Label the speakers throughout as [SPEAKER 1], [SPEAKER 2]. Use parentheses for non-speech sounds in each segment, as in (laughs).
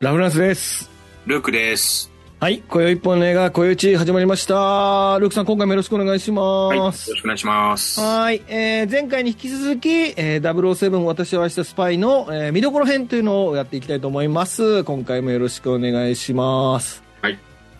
[SPEAKER 1] ラフランスです。
[SPEAKER 2] ルークです。
[SPEAKER 1] はい、今宵一本の映画、今宵一始まりました。ルークさん、今回もよろしくお願いし
[SPEAKER 2] はい。よ
[SPEAKER 1] ま
[SPEAKER 2] ろ
[SPEAKER 1] す。
[SPEAKER 2] しくお願いします。は
[SPEAKER 1] はい、えー、前回に引き続き、えー、007私は明日スパイの、えー、見どころ編というのをやっていきたいと思います。今回もよろしくお願いします。
[SPEAKER 2] い。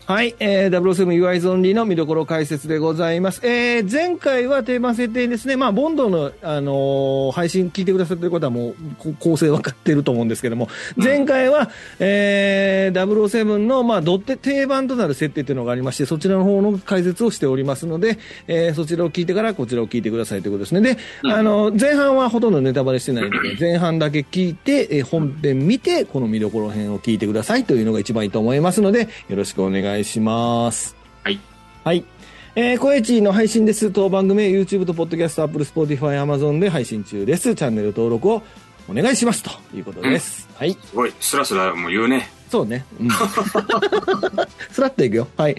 [SPEAKER 1] はい、えー、007 u i ゾンリーの見どころ解説でございます。えー、前回はテーマ設定ですね、まあ、ボンドの、あのー配信聞いてくださってる方はもうこ構成分かってると思うんですけども、前回は、えー、007の、まあ、どって定番となる設定というのがありまして、そちらの方の解説をしておりますので、えー、そちらを聞いてからこちらを聞いてくださいということですね。で、あの、前半はほとんどネタバレしてないので、前半だけ聞いて、えー本編見て、この見どころ編を聞いてくださいというのが一番いいと思いますので、よろしくお願いします。
[SPEAKER 2] はい。
[SPEAKER 1] はい。えー、声地の配信です。当番組は YouTube と Podcast、Apple、Spotify、Amazon で配信中です。チャンネル登録をお願いします。ということです。はい。
[SPEAKER 2] すごい、スラスラもう言うね。
[SPEAKER 1] そうね。 (laughs) うん。スラッといくよ。はい。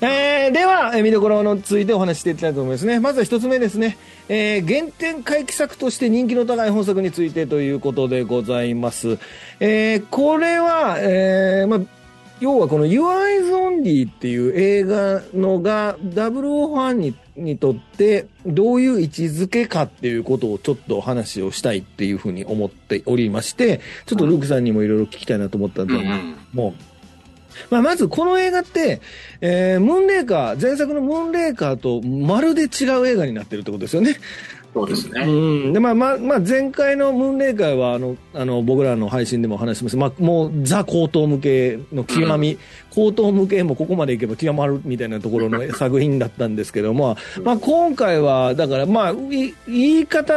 [SPEAKER 1] えー、では、えー見どころのついてお話ししていきたいと思いますね。まずは一つ目ですね。えー、原点回帰作として人気の高い本作についてということでございます。えー、これは、えー、まあ、要はこの You Eyes Only っていう映画のが00ファンににとってどういう位置づけかっていうことをちょっとお話をしたいっていうふうに思っておりまして、ちょっとルークさんにもいろいろ聞きたいなと思ったん
[SPEAKER 2] う
[SPEAKER 1] で
[SPEAKER 2] んうん。
[SPEAKER 1] もう。まあ、まずこの映画って、えームーンレーカー、前作のムーンレーカーとまるで違う映画になってるってことですよね。
[SPEAKER 2] そうですね。
[SPEAKER 1] うん。で、まあ、まあ、まあ、前回のムーンレーカーは、あの、あの、僕らの配信でもお話ししました。まあ、もう、ザ高等無形の極み、高等無形もここまでいけば極まるみたいなところ
[SPEAKER 2] (laughs)
[SPEAKER 1] の作品だったんですけども、まあ、今回は、だから、まあ、い言い方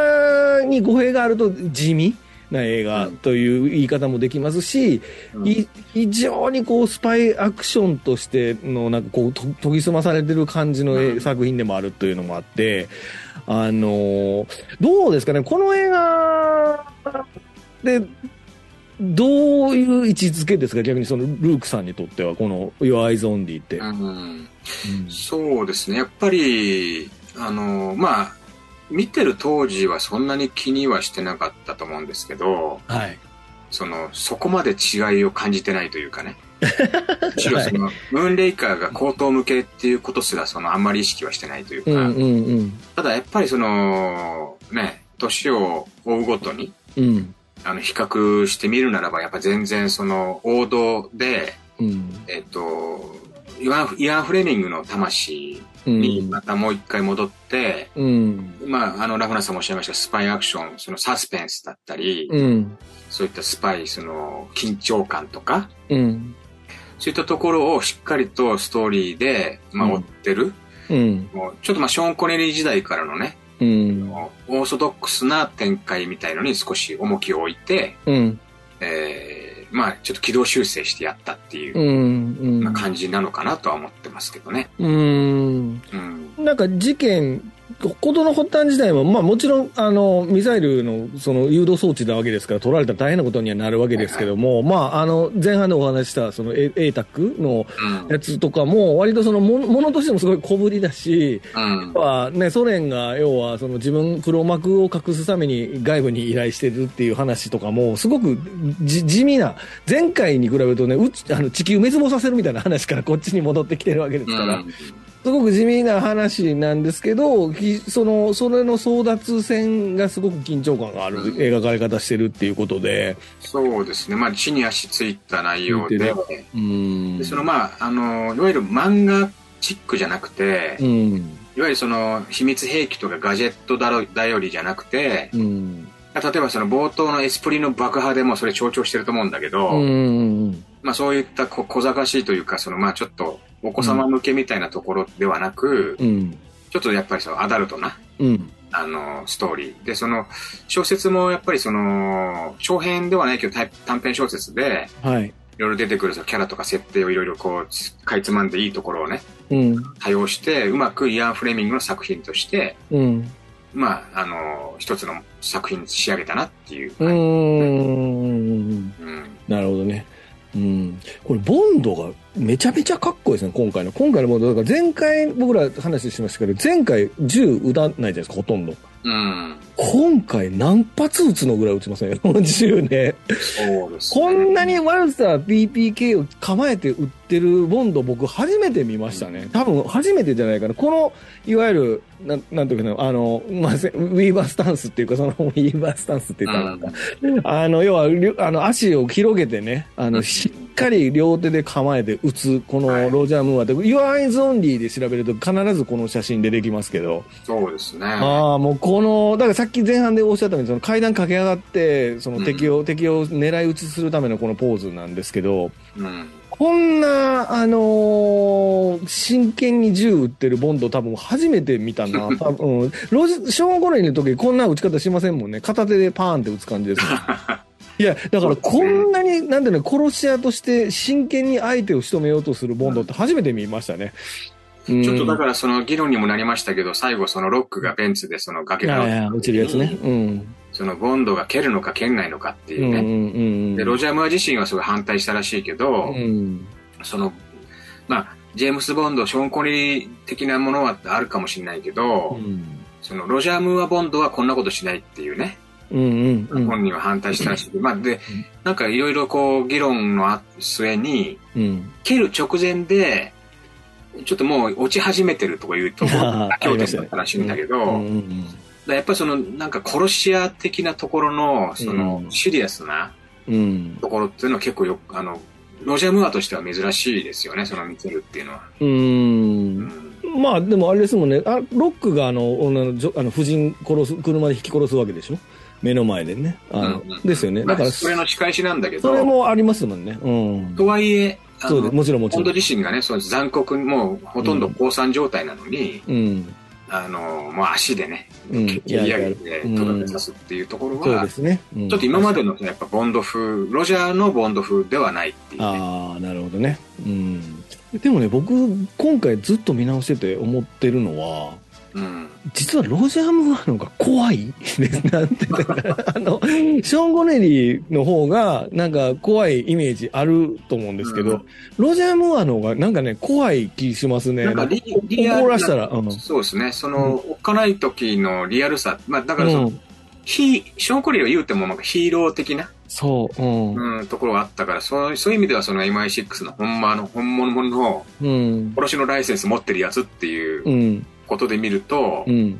[SPEAKER 1] に語弊があると地味な映画という言い方もできますし、
[SPEAKER 2] うん
[SPEAKER 1] い非常にこうスパイアクションとしてのなんかこうと研ぎ澄まされてる感じの
[SPEAKER 2] う
[SPEAKER 1] え
[SPEAKER 2] ん
[SPEAKER 1] 作品でもあるというのもあって、あのーどうですかねこの映画でどういう位置づけですか逆にそのルークさんにとってはこの「Your Eyes Only」って。
[SPEAKER 2] うん。そうですね。やっぱり、あの、まあ、見てる当時はそんなに気にはしてなかったと思うんですけど、
[SPEAKER 1] はい、
[SPEAKER 2] その、そこまで違いを感じてないという (laughs) かね。むしろその、ムーンレイカーが口頭向けっていうことすら、その、あんまり意識はしてないという
[SPEAKER 1] うんうん
[SPEAKER 2] か、
[SPEAKER 1] うん
[SPEAKER 2] ただやっぱりその、ね、年を追うごとに、
[SPEAKER 1] うん
[SPEAKER 2] あの、比較してみるならば、やっぱ全然その王道で、
[SPEAKER 1] うん
[SPEAKER 2] えっと、イワンイアン・フレミングの魂
[SPEAKER 1] うん
[SPEAKER 2] にまたもう一回戻って、
[SPEAKER 1] うん
[SPEAKER 2] まあ、あの、ラフナさんもおっしゃいましたがスパイアクション、そのサスペンスだったり、
[SPEAKER 1] うん
[SPEAKER 2] そういったスパイ、その緊張感とか、
[SPEAKER 1] うん
[SPEAKER 2] そういったところをしっかりとストーリーで、ま
[SPEAKER 1] うん
[SPEAKER 2] あ、追ってる。
[SPEAKER 1] うん
[SPEAKER 2] もうちょっとまあ、ショーン・コネリー時代からのね、
[SPEAKER 1] うん
[SPEAKER 2] もうオーソドックスな展開みたいのに少し重きを置いて、
[SPEAKER 1] うん
[SPEAKER 2] えーまあ、ちょっと軌道修正してやったっていう
[SPEAKER 1] うんうん
[SPEAKER 2] な感じなのかなとは思ってますけどね。
[SPEAKER 1] うん
[SPEAKER 2] うん。
[SPEAKER 1] なんか事件、ことの発端自体も、まあもちろん、あの、ミサイルのその誘導装置なわけですから、取られたら大変なことにはなるわけですけども、まあ、あの、前半でお話しした、その A- ATAC の
[SPEAKER 2] うん。
[SPEAKER 1] やつとかも、割とそのもの、ものとしてもすごい小ぶりだし、
[SPEAKER 2] うん。
[SPEAKER 1] はね、ソ連が要はその自分黒幕を隠すために外部に依頼してるっていう話とかもすごくじ地味な前回に比べるとねうちあの地球滅亡させるみたいな話からこっちに戻ってきてるわけです
[SPEAKER 2] う
[SPEAKER 1] から、
[SPEAKER 2] ん
[SPEAKER 1] すごく地味な話なんですけど、ひその、それの争奪戦がすごく緊張感がある
[SPEAKER 2] うん
[SPEAKER 1] 描かれ方してるっていうことで、
[SPEAKER 2] そうですね。まあ、地に足ついた内容で、
[SPEAKER 1] ついうん
[SPEAKER 2] でそのまあ、あの、いわゆる漫画チックじゃなくて、
[SPEAKER 1] うん、
[SPEAKER 2] いわゆるその秘密兵器とかガジェットだろ頼りじゃなくて、
[SPEAKER 1] うん、
[SPEAKER 2] 例えばその冒頭のエスプリの爆破でもそれ象徴してると思うんだけど、
[SPEAKER 1] うん、
[SPEAKER 2] まあそういったこ小賢しいというか、そのまあちょっとお子様向けみたいなところではなく、
[SPEAKER 1] うん、
[SPEAKER 2] ちょっとやっぱりそのアダルトな
[SPEAKER 1] うん、
[SPEAKER 2] あの、ストーリー。で、その、小説もやっぱりその、長編ではないけど、タイ短編小説で、
[SPEAKER 1] はい、
[SPEAKER 2] いろいろ出てくるそのキャラとか設定をいろいろこう、つかいつまんでいいところをね、
[SPEAKER 1] うん、
[SPEAKER 2] 多用して、うまくイアン・フレミングの作品として、
[SPEAKER 1] うん、
[SPEAKER 2] まあ、あの、一つの作品に仕上げたなっていう。
[SPEAKER 1] うーん、
[SPEAKER 2] うん
[SPEAKER 1] なるほどね。うん、これ、ボンドがめちゃめちゃかっこいいですね、今回の。今回のもの、だから前回僕ら話しましたけど、前回銃撃たないじゃないですか、ほとんど。
[SPEAKER 2] うん。
[SPEAKER 1] 今回何発撃つのぐらい撃ちませんよ、 (laughs) 銃ね。
[SPEAKER 2] そうです、ね。
[SPEAKER 1] こんなにワルサー PPK を構えて売ってるボンド僕初めて見ましたね。多分初めてじゃないかな。この、いわゆる、なん、なんていうかな、あの、まあ、せウィーバースタンスっていうか、その、ウィーバースタンスって言ったらなんか、 (laughs) あの、要は、りゅあの、足を広げてね、あ
[SPEAKER 2] う
[SPEAKER 1] の、
[SPEAKER 2] ん
[SPEAKER 1] しっかり両手で構えて打つ、こ
[SPEAKER 2] は
[SPEAKER 1] の
[SPEAKER 2] い
[SPEAKER 1] ロジャー・ムーアって、Your Eyes Only で調べると必ずこの写真出てきますけど、
[SPEAKER 2] そうですね。
[SPEAKER 1] ああ、もうこの、だからさっき前半でおっしゃったように、その階段駆け上がって、そ
[SPEAKER 2] うん
[SPEAKER 1] の敵を、敵を狙い撃ちするためのこのポーズなんですけど、
[SPEAKER 2] うん。
[SPEAKER 1] こんな、あのー真剣に銃撃ってるボンド多分初めて見たな。 (laughs) 多分、ロジ、小五類の時こんな撃ち方しませんもんね。片手でパーンって撃つ感じです (laughs) もん。いや、だからこんなに、なんていうの、殺し屋として真剣に相手を仕留めようとするボンドって初めて見ましたね。ち
[SPEAKER 2] ちょっとだからその議論にもなりましたけど、最後そのロックがベンツでその崖
[SPEAKER 1] いやいや
[SPEAKER 2] の、
[SPEAKER 1] 落ちるやつね。うん。
[SPEAKER 2] そのボンドが蹴るのか蹴んないのかっていううんね。
[SPEAKER 1] うんうん。
[SPEAKER 2] で、ロジャー・ムーア自身はすごい反対したらしいけど、
[SPEAKER 1] うん。
[SPEAKER 2] その、まあ、ジェームス・ボンド、ショーン・コリー的なものはあるかもしれないけど、そのロジャー・ムーア・ボンドはこんなことしないっていうね、
[SPEAKER 1] うんうん
[SPEAKER 2] 本人は反対したらしい。まあ、で、なんかいろいろこう、議論の末に、
[SPEAKER 1] うん。
[SPEAKER 2] 蹴る直前で、ちょっともう落ち始めてるとかいうとこ
[SPEAKER 1] (laughs)
[SPEAKER 2] ろ
[SPEAKER 1] あ
[SPEAKER 2] が
[SPEAKER 1] ーありま
[SPEAKER 2] 強点
[SPEAKER 1] した
[SPEAKER 2] だ
[SPEAKER 1] ね
[SPEAKER 2] ったらしいんだけ
[SPEAKER 1] う
[SPEAKER 2] ど、
[SPEAKER 1] んうん
[SPEAKER 2] だからやっぱりそのなんか殺し屋的なところの、その
[SPEAKER 1] うん
[SPEAKER 2] シリアスな
[SPEAKER 1] うん。うん
[SPEAKER 2] ところっていうのは結構よく、あの、ロジャー・ムーアとしては珍しいですよね、その見てるっていうのは。
[SPEAKER 1] う。
[SPEAKER 2] うんん
[SPEAKER 1] まあでもあれですもんね、あロックがあの女のじょあの夫人殺す、車で引き殺すわけでしょ目の前でね。あの
[SPEAKER 2] うんうん
[SPEAKER 1] ですよね。
[SPEAKER 2] ま
[SPEAKER 1] だ
[SPEAKER 2] あ
[SPEAKER 1] から、
[SPEAKER 2] そ
[SPEAKER 1] そ
[SPEAKER 2] れの仕返しなんだけ
[SPEAKER 1] れ
[SPEAKER 2] ど、
[SPEAKER 1] もありますもんね。うん。
[SPEAKER 2] とはいえ、あ
[SPEAKER 1] そうで
[SPEAKER 2] の
[SPEAKER 1] す。もちろんもち
[SPEAKER 2] 本
[SPEAKER 1] ろ
[SPEAKER 2] 土
[SPEAKER 1] ん。
[SPEAKER 2] 自身がね、その残酷にもうほとんど降参状態なのに、
[SPEAKER 1] うん。
[SPEAKER 2] あの、もう足でね、
[SPEAKER 1] うん。
[SPEAKER 2] 蹴り
[SPEAKER 1] や
[SPEAKER 2] 上
[SPEAKER 1] や
[SPEAKER 2] げ
[SPEAKER 1] る
[SPEAKER 2] て、
[SPEAKER 1] うん
[SPEAKER 2] とどめ刺すっていうところ
[SPEAKER 1] そう
[SPEAKER 2] は
[SPEAKER 1] で、すね。ちょ
[SPEAKER 2] ちょっと今ま
[SPEAKER 1] で。
[SPEAKER 2] でのやっぱボンド風、ロジャーのボンド風ではないっていうね、
[SPEAKER 1] ああ、なるほどね。うん。でもね、僕、今回ずっと見直してて思ってるのは、
[SPEAKER 2] うん。
[SPEAKER 1] 実はロジャー・ムーアの方が怖い (laughs) です。なんて、だから、あの、ショーン・ゴネリーの方が、なんか怖いイメージあると思うんですけど、
[SPEAKER 2] うん
[SPEAKER 1] ロジャー・ムーアの方が、なんかね、怖い気しますね。
[SPEAKER 2] なんかリリアルな
[SPEAKER 1] 怒らしたら、うん。
[SPEAKER 2] そうですね、その、おっかない時のリアルさ、まあだからその、
[SPEAKER 1] うん
[SPEAKER 2] ヒー、ショーン・コリーは言うてもなんかヒーロー的な、
[SPEAKER 1] そう、うん。
[SPEAKER 2] うん、ところがあったから、そうそういう意味ではその MI6 のほんまの、本物の
[SPEAKER 1] うん。
[SPEAKER 2] 殺しのライセンス持ってるやつっていう
[SPEAKER 1] うん。
[SPEAKER 2] ことで見ると、
[SPEAKER 1] うん。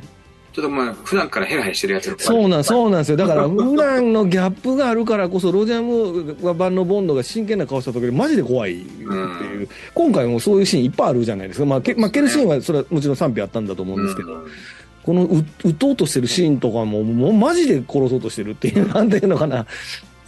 [SPEAKER 2] ちょっとまあ、普段からヘラヘラしてるやつ
[SPEAKER 1] そうなん、
[SPEAKER 2] う。
[SPEAKER 1] そうなんですよ。だから、普段のギャップがあるからこそ、ロジャー・ムーア版のボンドが真剣な顔した時にマジで怖いっていう。
[SPEAKER 2] うん
[SPEAKER 1] 今回もそういうシーンいっぱいあるじゃないですか。まあ、けまあ、蹴るシーンは、それはもちろん賛否あったんだと思うんですけど。
[SPEAKER 2] うん
[SPEAKER 1] このう撃とうとしてるシーンとかも、もうマジで殺そうとしてるっていう、 (laughs) なんていうのかな。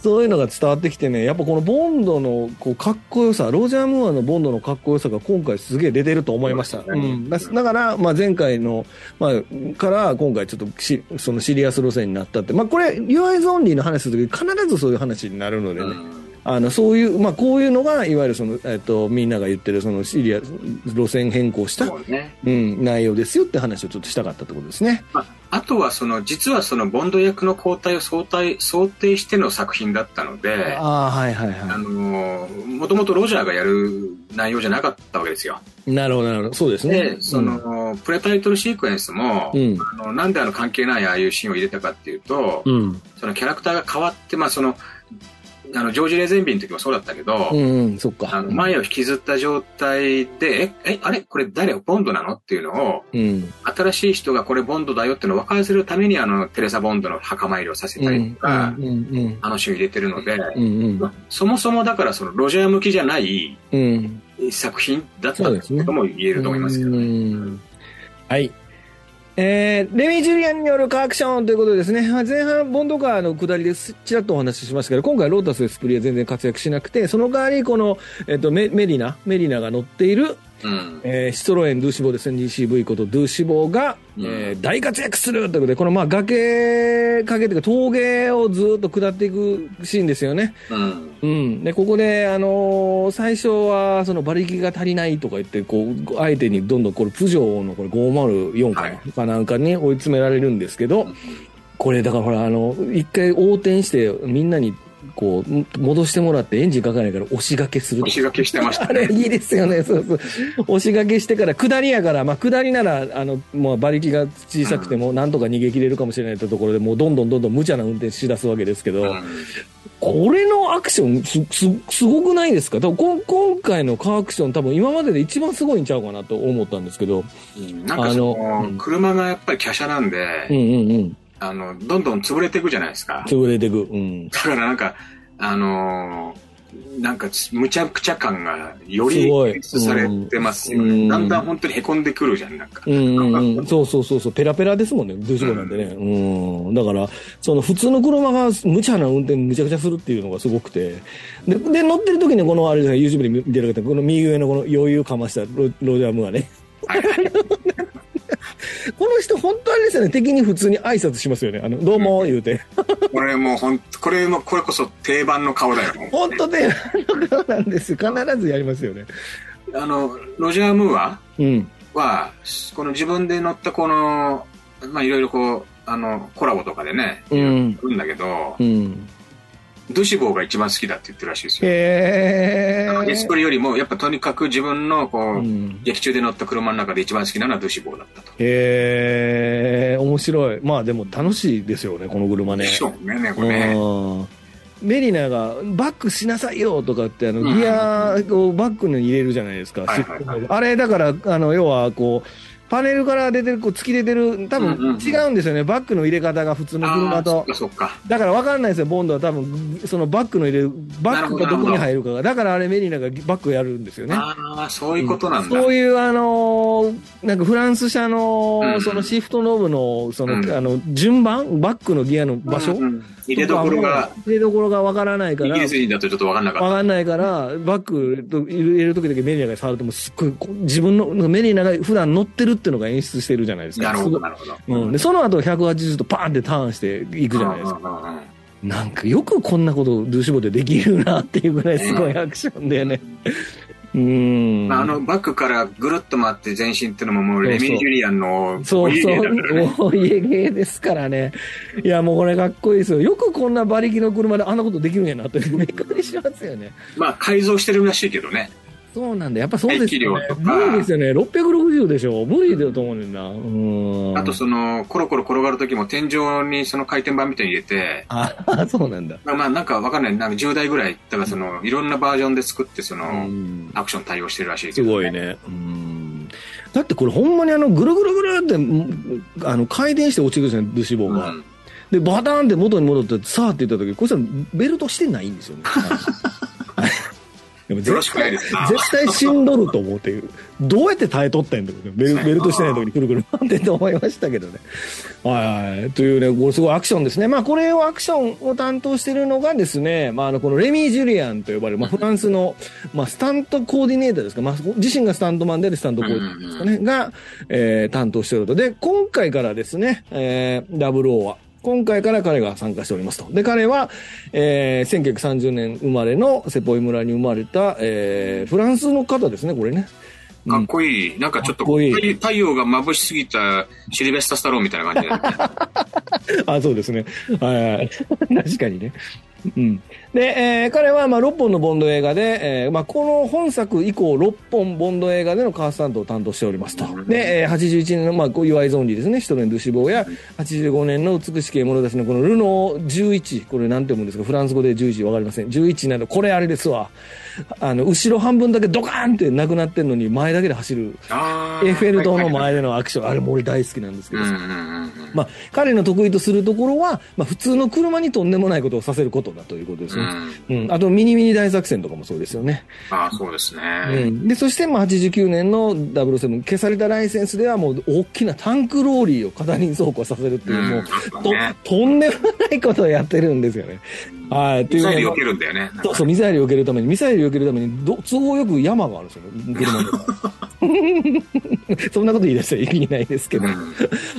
[SPEAKER 1] そういうのが伝わってきてね、やっぱこのボンドのこうかっこよさ、ロジャー・ムーアのボンドのかっこよさが今回すげえ出てると思いました。
[SPEAKER 2] そうですね
[SPEAKER 1] うんだだから、まあ、前回の、まあ、から今回ちょっとしそのシリアス路線になったって、まあ、これ、u i ゾンリーの話するとき必ずそういう話になるのでね。
[SPEAKER 2] うん
[SPEAKER 1] あのそういう、まあ、こういうのが、いわゆるその、えっと、みんなが言ってる、その、シリアス、路線変更した
[SPEAKER 2] そうね。
[SPEAKER 1] うん、内容ですよって話をちょっとしたかったってことですね。
[SPEAKER 2] まあ、あとはその、実はその、ボンド役の交代を想定想定しての作品だったので、
[SPEAKER 1] ああ、はいはい
[SPEAKER 2] あ
[SPEAKER 1] は
[SPEAKER 2] のー、もともとロジャーがやる内容じゃなかったわけですよ。
[SPEAKER 1] い。なるほど、なるほど。そうですね。
[SPEAKER 2] で、その、プレタイトルシークエンスも、
[SPEAKER 1] うん、
[SPEAKER 2] あのなんであの関係ないああいうシーンを入れたかっていうと、
[SPEAKER 1] うん、うん、
[SPEAKER 2] そのキャラクターが変わって、まあ、そのあのジョージ・レゼンビーの時もそうだったけど、
[SPEAKER 1] うん、うんそっか。
[SPEAKER 2] あの前を引きずった状態で、え、えあれこれ誰ボンドなのっていうのを、
[SPEAKER 1] うん、
[SPEAKER 2] 新しい人がこれボンドだよっていうのを分からせるために、あの、テレサ・ボンドの墓参りをさせ
[SPEAKER 1] うん、う
[SPEAKER 2] たり
[SPEAKER 1] ん
[SPEAKER 2] とか、、
[SPEAKER 1] うん、うん、
[SPEAKER 2] あのシーンを入れてるので、
[SPEAKER 1] うん、
[SPEAKER 2] まあそもそもだからそのロジャー向きじゃない
[SPEAKER 1] うん、
[SPEAKER 2] 作品だった
[SPEAKER 1] そ
[SPEAKER 2] と
[SPEAKER 1] う
[SPEAKER 2] い
[SPEAKER 1] です
[SPEAKER 2] う
[SPEAKER 1] ね
[SPEAKER 2] ことも言えると思いますけどね。
[SPEAKER 1] うんはい。えー、レミ・ジュリアンによるカーアクションということですね。まあ前半、ボンドカーの下りです、ちらっとお話ししましたけど、今回ロータス・エスプリは全然活躍しなくて、その代わり、この、えっ、とメ、メリナ、メリナが乗っている、
[SPEAKER 2] うん。
[SPEAKER 1] えーシトロエン・ドゥシボですね、DCV ことドゥシボが、
[SPEAKER 2] うん
[SPEAKER 1] えー大活躍するということで、このまあ崖、崖というか峠をずっと下っていくシーンですよね。
[SPEAKER 2] うん。
[SPEAKER 1] うん。で、ここで、あのー最初は、その馬力が足りないとか言って、こう、相手にどんどんこれ、プジョーのこれ504かな,、
[SPEAKER 2] はい
[SPEAKER 1] かなんかに追い詰められるんですけど、
[SPEAKER 2] うん
[SPEAKER 1] これだからほら、あの、一回横転してみんなにこう、戻してもらってエンジンかかないから押しがけすると
[SPEAKER 2] 押し掛けしてました
[SPEAKER 1] (laughs) あれ
[SPEAKER 2] ね。
[SPEAKER 1] いいですよね、そうそう。押し掛けしてから、下りやから、まあ、下りなら、あの、まあ、馬力が小さくても、なんとか逃げ切れるかもしれないってところで、もうどんどんどんどん無茶な運転しだすわけですけど、
[SPEAKER 2] うん
[SPEAKER 1] これのアクション、す、す、すごくないですか多分こん今回のカーアクション、多分今までで一番すごいんちゃうかなと思ったんですけど、
[SPEAKER 2] うんなんかそ
[SPEAKER 1] あのう
[SPEAKER 2] の
[SPEAKER 1] ん、
[SPEAKER 2] 車がやっぱり華奢なんで、
[SPEAKER 1] うんうんうん。
[SPEAKER 2] あの、どんどん潰れていくじゃないですか。
[SPEAKER 1] 潰れてく。うん。
[SPEAKER 2] だからなんか、あのーなんか、むちゃくちゃ感がよ
[SPEAKER 1] す
[SPEAKER 2] り
[SPEAKER 1] ごい
[SPEAKER 2] 演出されてますよね。
[SPEAKER 1] うん
[SPEAKER 2] だんだん本当に凹んでくるじゃん、なんか。
[SPEAKER 1] うんうんうん、そうそうそうそう、ペラペラですもんね、ドゥシゴなんでね。うん、だから、その普通の車が無茶な運転むちゃくちゃするっていうのがすごくて。で、で乗ってる時にこの、あれじゃない、YouTube で見てる方、この右上のこの余裕かましたロロジャームーアね。
[SPEAKER 2] はいはい
[SPEAKER 1] (laughs) この人本当あれですよね、敵に普通に挨拶しますよね。あの、どうも、言うて。
[SPEAKER 2] これもうほんこれも、これこそ定番の顔だよ。
[SPEAKER 1] 本当で、あの顔なんですよ。必ずやりますよね。
[SPEAKER 2] あの、ロジャー・ムーア
[SPEAKER 1] うん。
[SPEAKER 2] は、この自分で乗ったこの、まあいろいろこう、あの、コラボとかでね、
[SPEAKER 1] うん。
[SPEAKER 2] るんだけど、
[SPEAKER 1] うん。
[SPEAKER 2] ドゥシボーが一番好きだって言ってるらしいですよ。
[SPEAKER 1] へ
[SPEAKER 2] あのディスプ
[SPEAKER 1] ー。
[SPEAKER 2] レイよりも、やっぱとにかく自分のこう、
[SPEAKER 1] うん
[SPEAKER 2] 劇中で乗った車の中で一番好きなのはドゥシボーだったと。
[SPEAKER 1] へー、面白い。まあでも楽しいですよね、この車ね。
[SPEAKER 2] でしょうね、ねこれね。
[SPEAKER 1] うんメリナがバックしなさいよとかってあの
[SPEAKER 2] うん
[SPEAKER 1] ギアをバックに入れるじゃないですか、
[SPEAKER 2] はいはいはい
[SPEAKER 1] あれだからあの要はこうパネルから出てるこう突き出てる多
[SPEAKER 2] うんうん
[SPEAKER 1] 分
[SPEAKER 2] うん
[SPEAKER 1] 違うんですよね、バックの入れ方が普通の
[SPEAKER 2] あ
[SPEAKER 1] 車
[SPEAKER 2] あ、そ
[SPEAKER 1] と
[SPEAKER 2] っかそっか。
[SPEAKER 1] だから分かんないですよボンドは多分そのバックの入れるバックがどこに入るかがだからあれメリナがバックやるんですよね
[SPEAKER 2] ああ、そういうことなんだ。
[SPEAKER 1] そういう、あのーなんかフランス車の、
[SPEAKER 2] うん
[SPEAKER 1] そのシフトノブの、その、
[SPEAKER 2] うん
[SPEAKER 1] あの、順番バックのギアの場所、
[SPEAKER 2] うんうん入れどころが、
[SPEAKER 1] 入れどころがわからない
[SPEAKER 2] イ
[SPEAKER 1] か
[SPEAKER 2] ギ
[SPEAKER 1] ら、
[SPEAKER 2] リ
[SPEAKER 1] わ
[SPEAKER 2] ス人だとちょっとわかんなかっ
[SPEAKER 1] かんないから、バックと入れるときだけメリナが触るともうすっごいこう、自分の、メリナが普段乗ってるっていうのが演出してるじゃないです
[SPEAKER 2] た。
[SPEAKER 1] か。
[SPEAKER 2] なる
[SPEAKER 1] す
[SPEAKER 2] ほ
[SPEAKER 1] ご
[SPEAKER 2] ど、
[SPEAKER 1] い
[SPEAKER 2] なるほど。
[SPEAKER 1] うん、でその後180度パーンってターンしていくじゃないですか。
[SPEAKER 2] うんうんうん
[SPEAKER 1] なんかよくこんなことドゥシボでできるなっていうぐらいすごいアクションだよね。うん。
[SPEAKER 2] まあ、あの、バックからぐるっと回って前進っていうのももうレ
[SPEAKER 1] そうそ
[SPEAKER 2] ミ
[SPEAKER 1] う
[SPEAKER 2] ジュリアンの
[SPEAKER 1] そう
[SPEAKER 2] お家
[SPEAKER 1] そ
[SPEAKER 2] 芸だからね
[SPEAKER 1] う、お家芸ですからね。いや、もうこれかっこいいですよ。よくこんな馬力の車であんなことできるんやなって、びっくりしますよね。
[SPEAKER 2] まあ、改造してるらしいけどね。
[SPEAKER 1] そうなんだ。やっぱそうですよね
[SPEAKER 2] 排気量。とか
[SPEAKER 1] 無理ですよね。660でしょ。無理だと思うねんだな。うーん。
[SPEAKER 2] あと、その、コロコロ転がる時も天井にその回転板みたいに入れて、
[SPEAKER 1] あ、 (laughs) そうなんだ。
[SPEAKER 2] まあまあ、なんかわかんない。なんか10台ぐらい、だからその、いろんなバージョンで作って、そうの、
[SPEAKER 1] ん。
[SPEAKER 2] アクション対応してるらしいけ
[SPEAKER 1] す
[SPEAKER 2] ど
[SPEAKER 1] ごいね。うん。だってこれほんまにあの、ぐるぐるぐるってうん、あの、回転して落ちてくるんですよね、武士棒
[SPEAKER 2] う
[SPEAKER 1] が。
[SPEAKER 2] ん
[SPEAKER 1] で、バターンって元に戻って、さあって言った時、こいつはベルトしてないんです
[SPEAKER 2] (laughs)
[SPEAKER 1] よね。でも絶対
[SPEAKER 2] よろしくないですな。
[SPEAKER 1] 絶対死んどると思うっていう。どうやって耐えとったんやろうねベルベルトしてない時にくるくる回ってって思いましたけどね。はいはい。というね、これすごいアクションですね。まあこれをアクションを担当してるのがですね、まああのこのレミー・ジュリアンと呼ばれる、まあフランスの、まあスタントコーディネーターですか、まあ自身がスタントマンでありスタントコーディネーターですかね、が、えー担当しておると。で、今回からですね、えー、00は、今回から彼が参加しておりますと。で、彼は、えー、1930年生まれのセポイ村に生まれた、えー、フランスの方ですね、これね。
[SPEAKER 2] かっこいい。なんかちょっと
[SPEAKER 1] かっこいい
[SPEAKER 2] 太太陽が眩しすぎたシルベスタ・スタローンみたいな感
[SPEAKER 1] (laughs)
[SPEAKER 2] じだよね
[SPEAKER 1] あ、そうですね。はいはい。確かにね。うん。で、えー彼は、まあ、6本のボンド映画で、えーまあ、この本作以降、6本ボンド映画でのカースタントを担当しておりますと。で、えー81年の、まあ、こういうアイゾンリーですね。シトレン・ドゥシボーや、85年の美しき獲物たちのこのルノー11、これなんて読むんですかフランス語で11わかりません。11など、これあれですわ。あの、後ろ半分だけドカーンってなくなってんのに、前だけで走る。
[SPEAKER 2] あー
[SPEAKER 1] エッフェル塔の
[SPEAKER 2] はい
[SPEAKER 1] 前でのアクション。あれも俺大好きなんですけ
[SPEAKER 2] はい
[SPEAKER 1] ど
[SPEAKER 2] はい。うんうんうんうん
[SPEAKER 1] まあ、彼の得意とするところは、まあ、普通の車にとんでもないことをさせることだということです
[SPEAKER 2] う
[SPEAKER 1] ね。
[SPEAKER 2] ん
[SPEAKER 1] うん。あと、ミニミニ大作戦とかもそうですよね。
[SPEAKER 2] あーそうです
[SPEAKER 1] う
[SPEAKER 2] ね。
[SPEAKER 1] ん。で、そして、まあ、89年の007、消されたライセンスでは、もう、大きなタンクローリーを片輪走行させるっていう、もう、と
[SPEAKER 2] ね、
[SPEAKER 1] とんでもないことをやってるんですよね。はい。とい
[SPEAKER 2] ミ
[SPEAKER 1] う
[SPEAKER 2] サイル
[SPEAKER 1] ね
[SPEAKER 2] 避けるんだよね。
[SPEAKER 1] そうそう、ミサイルを避けるために、ミサイルを避けるために、ど都合よく山があるんですよね、車の中 (laughs) そんなこと言い出したら意味ないですけど。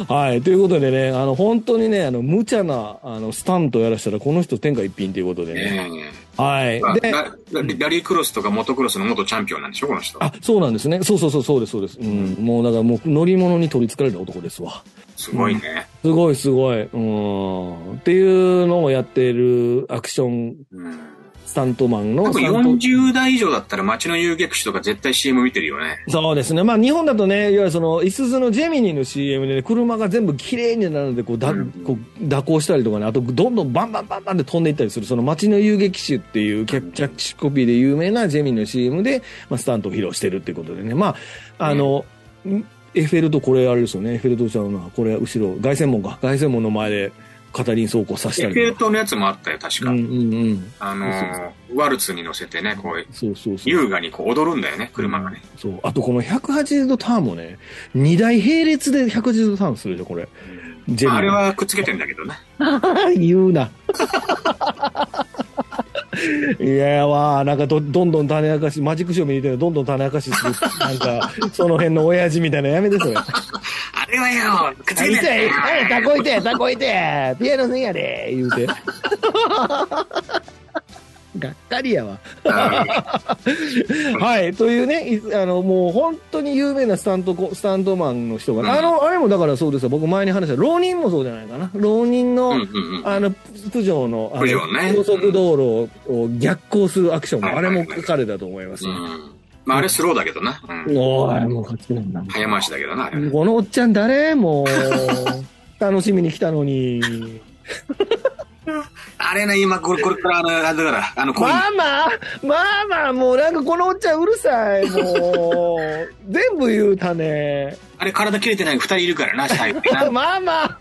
[SPEAKER 1] はい。ということでね、あの、本当にね、あの、無茶な、あの、スタントやらしたら、この人天下一品ということでね。
[SPEAKER 2] ええ
[SPEAKER 1] はい
[SPEAKER 2] まあ。
[SPEAKER 1] で、
[SPEAKER 2] ラララリークロスとかモトクロスの元チャンピオンなんでしょ、この人。
[SPEAKER 1] あ、そうなんですね。そうそうそう、そうです、そうです。うん。もう、だからもう、乗り物に取り憑かれる男ですわ。
[SPEAKER 2] すごいね。
[SPEAKER 1] すごい、すごい。うん。っていうのをやっているアクション
[SPEAKER 2] うん
[SPEAKER 1] スタントマンの
[SPEAKER 2] 多分
[SPEAKER 1] スタント
[SPEAKER 2] 40代以上だったら街の遊撃手とか絶対 CM 見てるよね。
[SPEAKER 1] そうですね。まあ日本だとね、いわゆるその、いすゞのジェミニの CM で、ね、車が全部綺麗になるので、こう、だ、
[SPEAKER 2] うん
[SPEAKER 1] こう、蛇行したりとかね、あと、どんどんバンバンバンバンって飛んでいったりする、その街の遊撃手っていうキャキャッチコピーで有名なジェミニの CM で、まあスタントを披露してるっていうことでね。まあ、あの、んエッフェル塔これあれですよね。エッフェル塔ちゃうな。これ後ろ、凱旋門か。凱旋門の前で、片輪走行させ
[SPEAKER 2] エ
[SPEAKER 1] た
[SPEAKER 2] ッ
[SPEAKER 1] り
[SPEAKER 2] フェル
[SPEAKER 1] とか。
[SPEAKER 2] 塔のやつもあったよ、確
[SPEAKER 1] う
[SPEAKER 2] か。
[SPEAKER 1] んうんうん。
[SPEAKER 2] あのーワルツに乗せてね、こう、
[SPEAKER 1] そうそうそう。
[SPEAKER 2] 優雅にこう踊るんだよね、車がね。
[SPEAKER 1] そう。あとこの180度ターンもね、2台並列で180度ターンするじゃん、これ。ジェミニ
[SPEAKER 2] まああれはくっつけてんだけどね。
[SPEAKER 1] (laughs) 言うな。 (laughs) いやわあなんかどどんどん種明かし、マジックショー見に行ってどんどん種明かし
[SPEAKER 2] (laughs)
[SPEAKER 1] する。なんか、その辺の親父みたいなのやめて、それ。
[SPEAKER 2] あれはよ、くっつ
[SPEAKER 1] あ
[SPEAKER 2] け
[SPEAKER 1] いつ
[SPEAKER 2] てんだ
[SPEAKER 1] は、はい、たこいて、たこいて、ピアノせんやで、言う
[SPEAKER 2] (laughs)
[SPEAKER 1] て。がっかりやわ。
[SPEAKER 2] (laughs)
[SPEAKER 1] はい、というね、いあの、もう本当に有名なスタントコ、スタントマンの人がね、
[SPEAKER 2] うん
[SPEAKER 1] あの、あれもだからそうですよ、僕前に話した、浪人もそうじゃないかな。浪人の、
[SPEAKER 2] うんうんうん
[SPEAKER 1] あの、プジョーの、あ
[SPEAKER 2] プジョーね
[SPEAKER 1] の、高速道路を逆行するアクションも、
[SPEAKER 2] は
[SPEAKER 1] あ
[SPEAKER 2] いはい
[SPEAKER 1] れ
[SPEAKER 2] はい
[SPEAKER 1] も彼だと思います
[SPEAKER 2] う
[SPEAKER 1] ね。
[SPEAKER 2] ん。まああれスローだけどな。うん
[SPEAKER 1] おーい、もう勝ちなんだ。
[SPEAKER 2] 早回しだけどな、あれ
[SPEAKER 1] このおっちゃん誰もう、
[SPEAKER 2] (laughs)
[SPEAKER 1] 楽しみに来たのに。
[SPEAKER 2] あれね、今、これ、これから、あの、あれだから、あの、コイン
[SPEAKER 1] ママママもうなんかこのおっちゃんうるさい、もう。全部言うたね。
[SPEAKER 2] あれ体切れてない二人いるからな、
[SPEAKER 1] (laughs)
[SPEAKER 2] 最後にな
[SPEAKER 1] ママ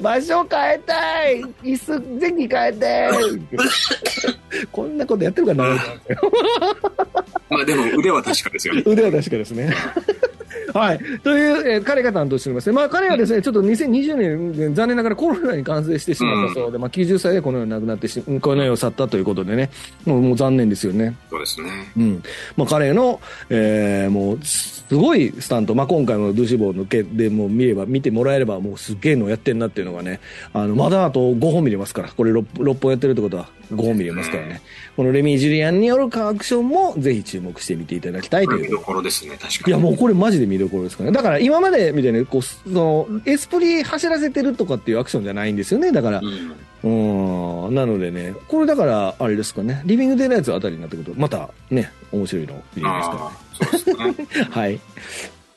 [SPEAKER 1] 場所変えたい椅子席変えて (laughs) こんなことやってるかな
[SPEAKER 2] まあでも腕は確かですよね。
[SPEAKER 1] 腕は確かですね。 (laughs) はい。という、えー彼が担当しておりますね。まあ、彼はですね、ちょっと2020年、残念ながらコロナに感染してしまったそうで、まあ、90歳でこの世に亡くなってし、この世を去ったということでね、もうもう残念ですよね。
[SPEAKER 2] そうですね。
[SPEAKER 1] うん。まあ、彼の、えーもう、すごいスタント。まあ、今回のドゥシボーのけでもう見れば、見てもらえれば、もうすっげえのやってんなっていうのがね、あの、まだあと5本見れますから、これ 6, 六本やってるってことは5本見れますからね。このレミー・ジュリアンによるカーアクションも、ぜひ注目してみていただきたい
[SPEAKER 2] ことれ
[SPEAKER 1] い
[SPEAKER 2] 見
[SPEAKER 1] う。
[SPEAKER 2] どころですね、確かに。
[SPEAKER 1] いや、もうこれマジで見どころですからね。だから今までみたいに、こう、その、エスプリ走らせてるとかっていうアクションじゃないんですよね。だから、
[SPEAKER 2] うん。
[SPEAKER 1] うん、なのでね、これだから、あれですかね、リビングデイライツあたりになってくると、またね、面白いの見れますから
[SPEAKER 2] ああ、そうですね。
[SPEAKER 1] はい。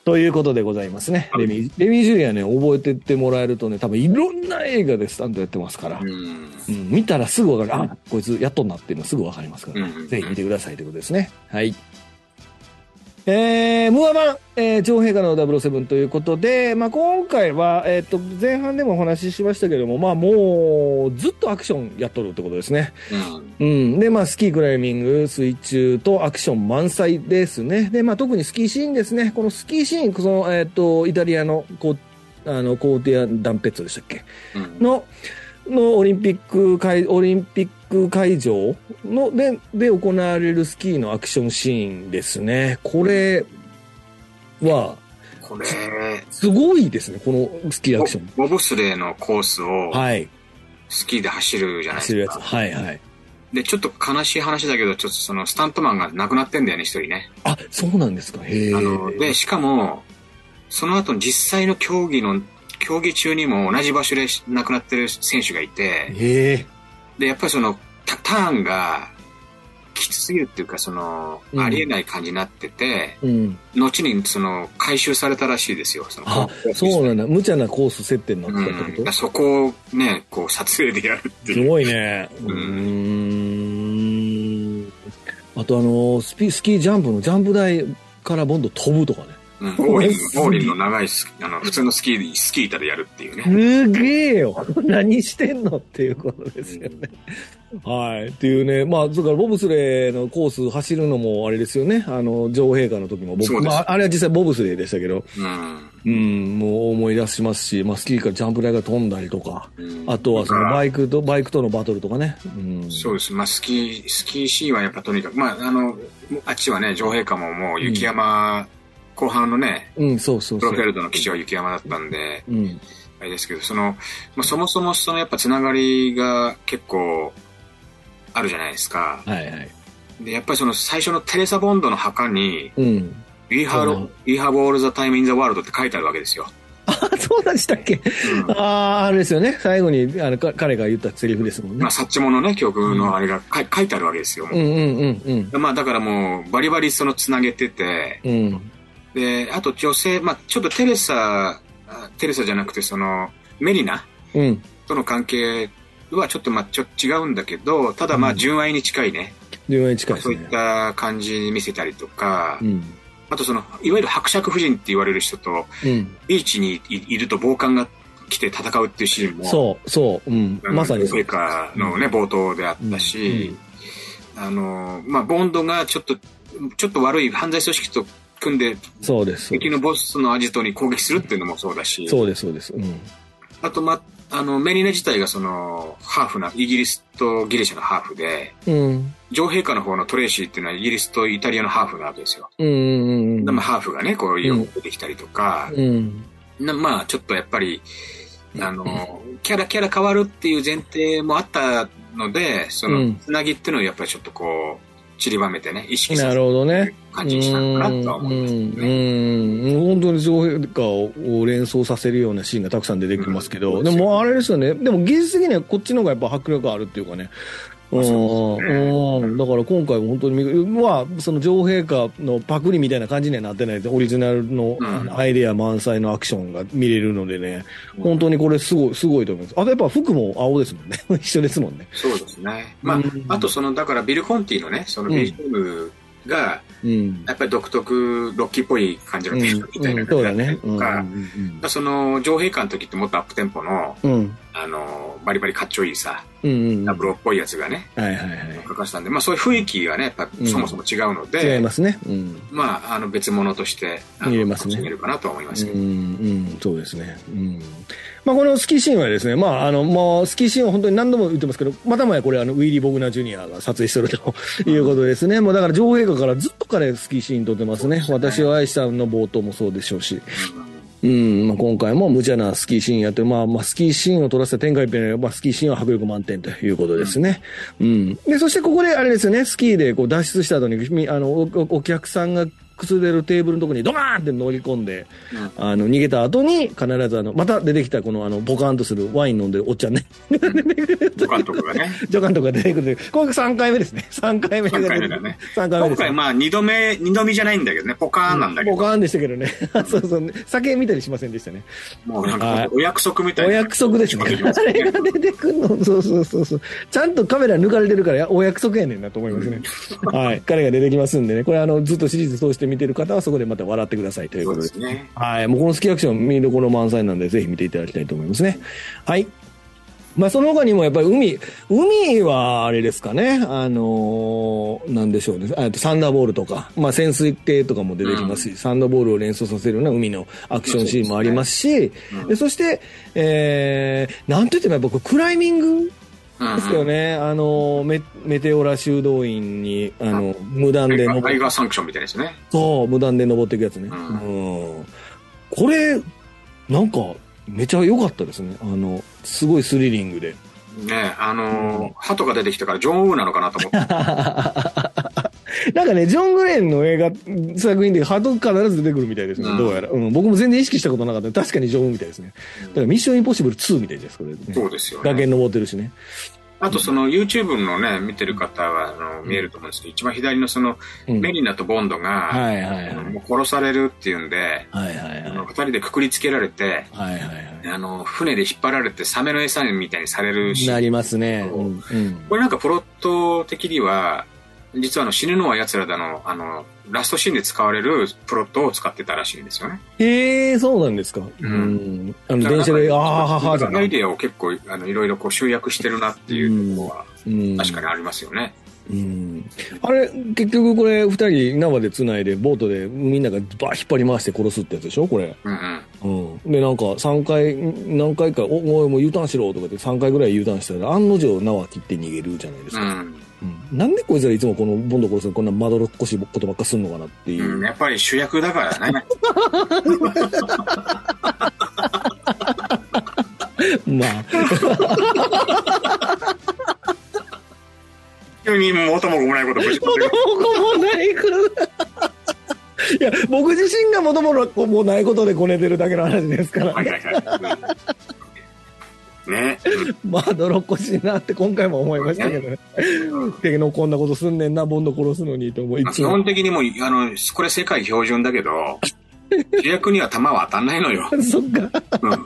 [SPEAKER 1] ということでございますね。
[SPEAKER 2] はい
[SPEAKER 1] レミ、レミジュリアね、覚えてってもらえるとね、多分いろんな映画でスタンドやってますから、
[SPEAKER 2] うん。
[SPEAKER 1] うん、見たらすぐわかる。あ、こいつやっとんなっていうのすぐわかりますから、
[SPEAKER 2] うん
[SPEAKER 1] ぜひ見てくださいということですね。はい。えー、ムーア版、えー、上陛下の007ということで、まあ、今回は、えっ、と、前半でもお話ししましたけども、まあ、もう、ずっとアクションやっとるってことですね。う
[SPEAKER 2] うん。
[SPEAKER 1] ん。で、まあ、スキークライミング、水中とアクション満載ですね。で、まあ、特にスキーシーンですね。このスキーシーン、その、えっ、と、イタリアの、こう、あの、コーティア・ダンペッツォでしたっけ
[SPEAKER 2] うん
[SPEAKER 1] の、のオリンピック会、オリンピック会場の、で、で行われるスキーのアクションシーンですね。これは、
[SPEAKER 2] これ、
[SPEAKER 1] すごいですね。このスキーアクション。
[SPEAKER 2] ボブスレーのコースを
[SPEAKER 1] はい。
[SPEAKER 2] スキーで走るじゃない
[SPEAKER 1] 走
[SPEAKER 2] で
[SPEAKER 1] る
[SPEAKER 2] す
[SPEAKER 1] やつ。
[SPEAKER 2] か。
[SPEAKER 1] はいはい。
[SPEAKER 2] で、ちょっと悲しい話だけど、ちょっとそのスタントマンが亡くなってんだよね、一人ね。
[SPEAKER 1] あ、そうなんですか。へえ。
[SPEAKER 2] あの、で、しかも、その後実際の競技の、競技中にも同じ場所で亡くなってる選手がいて、
[SPEAKER 1] へえ。
[SPEAKER 2] で、やっぱりその、タターンが、きつすぎるっていうか、その、
[SPEAKER 1] うん
[SPEAKER 2] ありえない感じになってて、
[SPEAKER 1] うん。
[SPEAKER 2] 後にその、回収されたらしいですよ、その、
[SPEAKER 1] あ
[SPEAKER 2] コー、ス
[SPEAKER 1] そうなんだ。無茶なコース設定にな
[SPEAKER 2] う
[SPEAKER 1] ってたって
[SPEAKER 2] ん、
[SPEAKER 1] こと、
[SPEAKER 2] そこをね、こう、撮影でやるって
[SPEAKER 1] す
[SPEAKER 2] いう。
[SPEAKER 1] ごいね。う
[SPEAKER 2] う
[SPEAKER 1] ーん。あとあの、スピ、スキージャンプのジャンプ台からボンド飛ぶとかね。 (laughs)
[SPEAKER 2] うん、オーリン、オーリンの長いスキあの、普通のスキー、スキー板でやるっていうね。
[SPEAKER 1] すげえよ。何してんのっていうことですよね。はい。っていうね。まあ、それからボブスレーのコース走るのもあれですよね。あの、女王陛下の時もボブ
[SPEAKER 2] そうです
[SPEAKER 1] まあ、あれは実際ボブスレーでしたけど、
[SPEAKER 2] うん。
[SPEAKER 1] うん、もう思い出しますし、まあ、スキーからジャンプ台が飛んだりとか、
[SPEAKER 2] うん
[SPEAKER 1] あとはその
[SPEAKER 2] だから
[SPEAKER 1] バイクと、バイクとのバトルとかね。うん。
[SPEAKER 2] そうです。まあ、スキー、スキーシーンはやっぱとにかく、まあ、あの、あっちはね、上陛下ももう雪山後半のね、
[SPEAKER 1] うん、そうそう
[SPEAKER 2] プロ
[SPEAKER 1] そう
[SPEAKER 2] フェ。ルドの記事は雪山だったんで、
[SPEAKER 1] うん。
[SPEAKER 2] あれですけど、その、まあ、そもそもそのやっぱつながりが結構あるじゃないですか。
[SPEAKER 1] はいはい。
[SPEAKER 2] で、やっぱりその最初のテレサ・ボンドの墓に、
[SPEAKER 1] うん。 (laughs)
[SPEAKER 2] We
[SPEAKER 1] う
[SPEAKER 2] have,
[SPEAKER 1] ん
[SPEAKER 2] We have all the time in the world って書いてあるわけですよ。
[SPEAKER 1] あ、そうなんでしたっけ
[SPEAKER 2] うん
[SPEAKER 1] ああ、あれですよね。最後に、あの、か彼が言ったセリフですもんね
[SPEAKER 2] まあ、。サッチモのね、曲のあれが書い書いてあるわけですよ。
[SPEAKER 1] うんうんうんうん。
[SPEAKER 2] まあ、だからもう、バリバリそのつなげてて、
[SPEAKER 1] うん。
[SPEAKER 2] で、あと女性、まあ、ちょっとテレサ、あテレサじゃなくて、その、メリナ
[SPEAKER 1] うん。
[SPEAKER 2] との関係はちょっと、まあ、ちょ違うんだけど、ただま
[SPEAKER 1] う
[SPEAKER 2] あ、
[SPEAKER 1] ん
[SPEAKER 2] 純愛に近いね、
[SPEAKER 1] 自分に近いです
[SPEAKER 2] そういっ
[SPEAKER 1] ね。
[SPEAKER 2] た感じに見せたりとか、
[SPEAKER 1] うん。
[SPEAKER 2] あとその、いわゆる伯爵夫人って言われる人と、
[SPEAKER 1] うん。
[SPEAKER 2] ビーチにいいると暴漢が来て戦うっていうシーンも、
[SPEAKER 1] そう、そう。うん。
[SPEAKER 2] あの
[SPEAKER 1] まさにそ
[SPEAKER 2] 陛
[SPEAKER 1] う。
[SPEAKER 2] 下のね、冒頭であったし、あの、まあ、ボンドがちょっと、ちょっと悪い犯罪組織と組んで、
[SPEAKER 1] そうです。そう
[SPEAKER 2] 敵
[SPEAKER 1] で
[SPEAKER 2] のボスのアジトに攻撃するっていうのもそうだし
[SPEAKER 1] す、そうです。そうですうん。
[SPEAKER 2] あと、ま、あの、メリネ自体がその、ハーフな、イギリスとギリシャのハーフで、
[SPEAKER 1] うん。
[SPEAKER 2] 女王陛下の方のトレイシーっていうのはイギリスとイタリアのハーフなわけですよ。
[SPEAKER 1] うんうんうん
[SPEAKER 2] で
[SPEAKER 1] うん
[SPEAKER 2] まあ、。ハーフがね、こう、よく出てきたりとか、
[SPEAKER 1] うん。
[SPEAKER 2] なまあ、ちょっとやっぱり、あの、キャラキャラ変わるっていう前提もあったので、そうの、
[SPEAKER 1] ん
[SPEAKER 2] つなぎっていうのをやっぱりちょっとこう、散りばめてね、意識さ
[SPEAKER 1] な
[SPEAKER 2] せ
[SPEAKER 1] る
[SPEAKER 2] る
[SPEAKER 1] ほどね。
[SPEAKER 2] 感じにしたのかなとは思います
[SPEAKER 1] うん
[SPEAKER 2] ね。
[SPEAKER 1] うんうん本当に女王陛下を連想させるようなシーンがたくさん出てきますけど、
[SPEAKER 2] うん
[SPEAKER 1] でもあれですよね、でも技術的にはこっちの方がやっぱ迫力あるっていうかね。う
[SPEAKER 2] まあそ
[SPEAKER 1] ん
[SPEAKER 2] うですね
[SPEAKER 1] うんだから今回も本当に見、まあ、その女王陛下のパクリみたいな感じにはなってないですオリジナルの
[SPEAKER 2] うん
[SPEAKER 1] あのアイデア満載のアクションが見れるのでね、本
[SPEAKER 2] に。
[SPEAKER 1] 当にこれすごい、すごいと思います。あとやっぱ服も青ですもんね。 (laughs) 一緒ですもんね。
[SPEAKER 2] そうですね。まあ
[SPEAKER 1] う、ん
[SPEAKER 2] あとその、だからビル・コンティのね、その
[SPEAKER 1] うん
[SPEAKER 2] BGM が、
[SPEAKER 1] うん。
[SPEAKER 2] やっぱり独特、ロッキーっぽい感じ
[SPEAKER 1] う
[SPEAKER 2] の
[SPEAKER 1] ん
[SPEAKER 2] テ
[SPEAKER 1] (laughs)
[SPEAKER 2] ーマみたいな
[SPEAKER 1] そう
[SPEAKER 2] 感
[SPEAKER 1] だ
[SPEAKER 2] じだった
[SPEAKER 1] ね
[SPEAKER 2] り。
[SPEAKER 1] うん
[SPEAKER 2] とか、その、女王陛下の時ってもっとアップテンポの、
[SPEAKER 1] うんうん。
[SPEAKER 2] あの、バリバリかっちょいいさ、
[SPEAKER 1] うんうんうん。
[SPEAKER 2] ダブロっぽいやつがね、
[SPEAKER 1] はいはいはい。
[SPEAKER 2] 書かせたんで、まあそういう雰囲気がね、やっぱそもそも違うので、
[SPEAKER 1] 違いますね。うん。
[SPEAKER 2] まあ、あの別物として、あの
[SPEAKER 1] 見れますね
[SPEAKER 2] 楽しめるかなとは思いますけ
[SPEAKER 1] う
[SPEAKER 2] ど。
[SPEAKER 1] ん、うん、そうですね。うん。まあ、このスキーシーンはですね、まあ、あの、もう、スキーシーンは本当に何度も言ってますけど、またもやこれ、あの、ウィリー・ボグナー・ジュニアが撮影してるということですね。もう、だから、女王陛下からずっと彼、スキーシーン撮ってますね。
[SPEAKER 2] そうです
[SPEAKER 1] 私
[SPEAKER 2] ね
[SPEAKER 1] を愛したの冒頭もそうでしょうし。うん、まあ、今回も無茶なスキーシーンやって、まあ、まあ、スキーシーンを撮らせた展開っていうのは、まあ、スキーシーンは迫力満点ということですね。うん。で、そしてここで、あれですよね、スキーでこう脱出した後に、みあの、おおお客さんがくすでるテーブルのところにドカーンって乗り込んで、
[SPEAKER 2] うん
[SPEAKER 1] あの、逃げた後に、必ずあの、また出てきたこの、あの、ボカーンとするワイン飲んでるおっちゃんね、
[SPEAKER 2] ご監督がね、
[SPEAKER 1] (laughs) 助監督が出てくる。これ3回目ですね。3回目が出てくる
[SPEAKER 2] 三回目だね。
[SPEAKER 1] 3回目
[SPEAKER 2] 今
[SPEAKER 1] ですね
[SPEAKER 2] 回。まあ二度目、二度見じゃないんだけどね、ポカーンなんだけ
[SPEAKER 1] ボ
[SPEAKER 2] ど、
[SPEAKER 1] カーンでしたけどね。そうそう。酒見たりしませんでしたね。
[SPEAKER 2] もうなん
[SPEAKER 1] はい
[SPEAKER 2] かお約束みたい
[SPEAKER 1] お
[SPEAKER 2] な。
[SPEAKER 1] 約束
[SPEAKER 2] (laughs)
[SPEAKER 1] ですね。
[SPEAKER 2] 仕事します
[SPEAKER 1] あれが出てくるの。そうそうそうそう。ちゃんとカメラ抜かれてるから、やお約束やねんなと思いますね。はい。彼が出てきますんでね。これ、あの、ずっとシリーズ通して見てる方は、そこでまた笑ってくださいという
[SPEAKER 2] そ
[SPEAKER 1] こ
[SPEAKER 2] う
[SPEAKER 1] と
[SPEAKER 2] で。
[SPEAKER 1] です (laughs)
[SPEAKER 2] ね。
[SPEAKER 1] はい。もうこのスキーアクション見どころ満載なんで、ぜひ見ていただきたいと思いますね。はい。まあ、その他にもやっぱり海、海はあれですかね。あのーなんでしょうね。あとサンダーボールとか、まあ、潜水艇とかも出てきますし、サンダーボールを連想させるような海のアクションシーンもありますし、
[SPEAKER 2] うん
[SPEAKER 1] でそして、えー、なんといってもやっぱこうクライミング
[SPEAKER 2] うん
[SPEAKER 1] ですよね。あのーメ、メテオラ修道院に、あの、無断
[SPEAKER 2] タ
[SPEAKER 1] で
[SPEAKER 2] イガ
[SPEAKER 1] 登
[SPEAKER 2] ー
[SPEAKER 1] っ
[SPEAKER 2] タイガーサンクションみたいですね。
[SPEAKER 1] そう、無断で登っていくやつね。う。
[SPEAKER 2] うん
[SPEAKER 1] これ、なんか、めちゃ良かったですね。あの、すごいスリリングで。
[SPEAKER 2] ねあ
[SPEAKER 1] う
[SPEAKER 2] の
[SPEAKER 1] ん
[SPEAKER 2] ー、鳩が出てきたからジョン・ウーなのかなと思って。
[SPEAKER 1] なんかね、ジョン・グレンの映画、作品でハート必ず出てくるみたいですね。
[SPEAKER 2] うん
[SPEAKER 1] どうやら。うん。僕も全然意識したことなかったんで確かにジョンみたいですね。だ (laughs) からミッション・インポッシブル2みたいです、これ、ね。
[SPEAKER 2] そうですよ
[SPEAKER 1] 崖
[SPEAKER 2] ね。
[SPEAKER 1] に登ってるしね。
[SPEAKER 2] あとその YouTube のね、見てる方は、あの、見えると思うんですけど、一番左のその、
[SPEAKER 1] うん。
[SPEAKER 2] メリナとボンドが、
[SPEAKER 1] はいはいはい。
[SPEAKER 2] あのもう殺されるっていうんで、
[SPEAKER 1] はいはい
[SPEAKER 2] あ
[SPEAKER 1] は
[SPEAKER 2] の
[SPEAKER 1] い。
[SPEAKER 2] 二人でくくりつけられて、
[SPEAKER 1] はいはい
[SPEAKER 2] あの、船で引っ張られてサメの餌みたいにされる
[SPEAKER 1] はい。
[SPEAKER 2] し
[SPEAKER 1] な、りますね。
[SPEAKER 2] そう
[SPEAKER 1] うんうん
[SPEAKER 2] これなんかプロット的には、実はあの死ぬのは奴らだの、あの、ラストシーンで使われるプロットを使ってたらしいんですよね。
[SPEAKER 1] へえ、そうなんですか。
[SPEAKER 2] うん
[SPEAKER 1] ん。あの、電車で、ああ、はあはあ、
[SPEAKER 2] だからアイデアを結構、あの、いろいろこう集約してるなっていうのは、
[SPEAKER 1] うん
[SPEAKER 2] 確かにありますよね。
[SPEAKER 1] うんあれ、結局これ、二人縄で繋いで、ボートでみんながバー引っ張り回して殺すってやつでしょこれ。
[SPEAKER 2] うんうん。
[SPEAKER 1] うん。で、なんか、三回、何回か、お、おい、もう U ターンしろとかって三回ぐらい U ターンしたら、案の定縄切って逃げるじゃないです
[SPEAKER 2] う
[SPEAKER 1] か。
[SPEAKER 2] ん。
[SPEAKER 1] うん。なんでこいつらいつもこのボンド殺すのこんなまどろっこしいことばっかすんのかなっていうう。
[SPEAKER 2] ん、やっぱり主役だから
[SPEAKER 1] (laughs)
[SPEAKER 2] ね。
[SPEAKER 1] ま (laughs) あ、
[SPEAKER 2] 急に元も子もないことをぶち込んでくる
[SPEAKER 1] もない (laughs) いや、僕自身がもともともないことでこねてるだけの話ですから、
[SPEAKER 2] はいはいはい。ね。
[SPEAKER 1] まあ、泥っこしいなって今回も思いましたけどね。敵のこんなことすんねんな、ボンド殺すのにと思い
[SPEAKER 2] まあ
[SPEAKER 1] つ
[SPEAKER 2] 基
[SPEAKER 1] も
[SPEAKER 2] 本。的にもう、あの、これ世界標準だけど、主役には弾は当たんないのよ。
[SPEAKER 1] そっか。
[SPEAKER 2] うん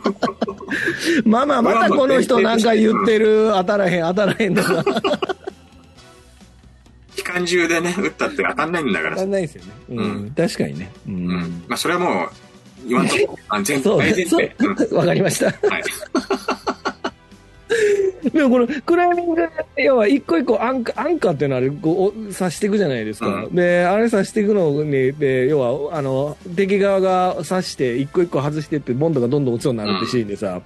[SPEAKER 1] まあまあ、またこの人なんか言ってる、当たらへん、当たらへんとか、
[SPEAKER 2] 機関銃でね、撃ったって当たんないんだ
[SPEAKER 1] 当
[SPEAKER 2] から
[SPEAKER 1] た。んないですよね。う、
[SPEAKER 2] うん
[SPEAKER 1] 確かにね。う
[SPEAKER 2] うんん。。まあ、それはもう、言わんとこ。あ全
[SPEAKER 1] そう、
[SPEAKER 2] 大前
[SPEAKER 1] そ
[SPEAKER 2] 提。うん
[SPEAKER 1] う、わかりました。
[SPEAKER 2] はい。
[SPEAKER 1] でもこのクライミング、要は一個一個アンカー、アンカーっていうのはあれ、こう、お刺していくじゃないですか。
[SPEAKER 2] う
[SPEAKER 1] で、あれ刺していくのに、で、要は、あの、敵側が刺して、一個一個外してって、ボンドがどんどん落ちそうになるってシーンでさ、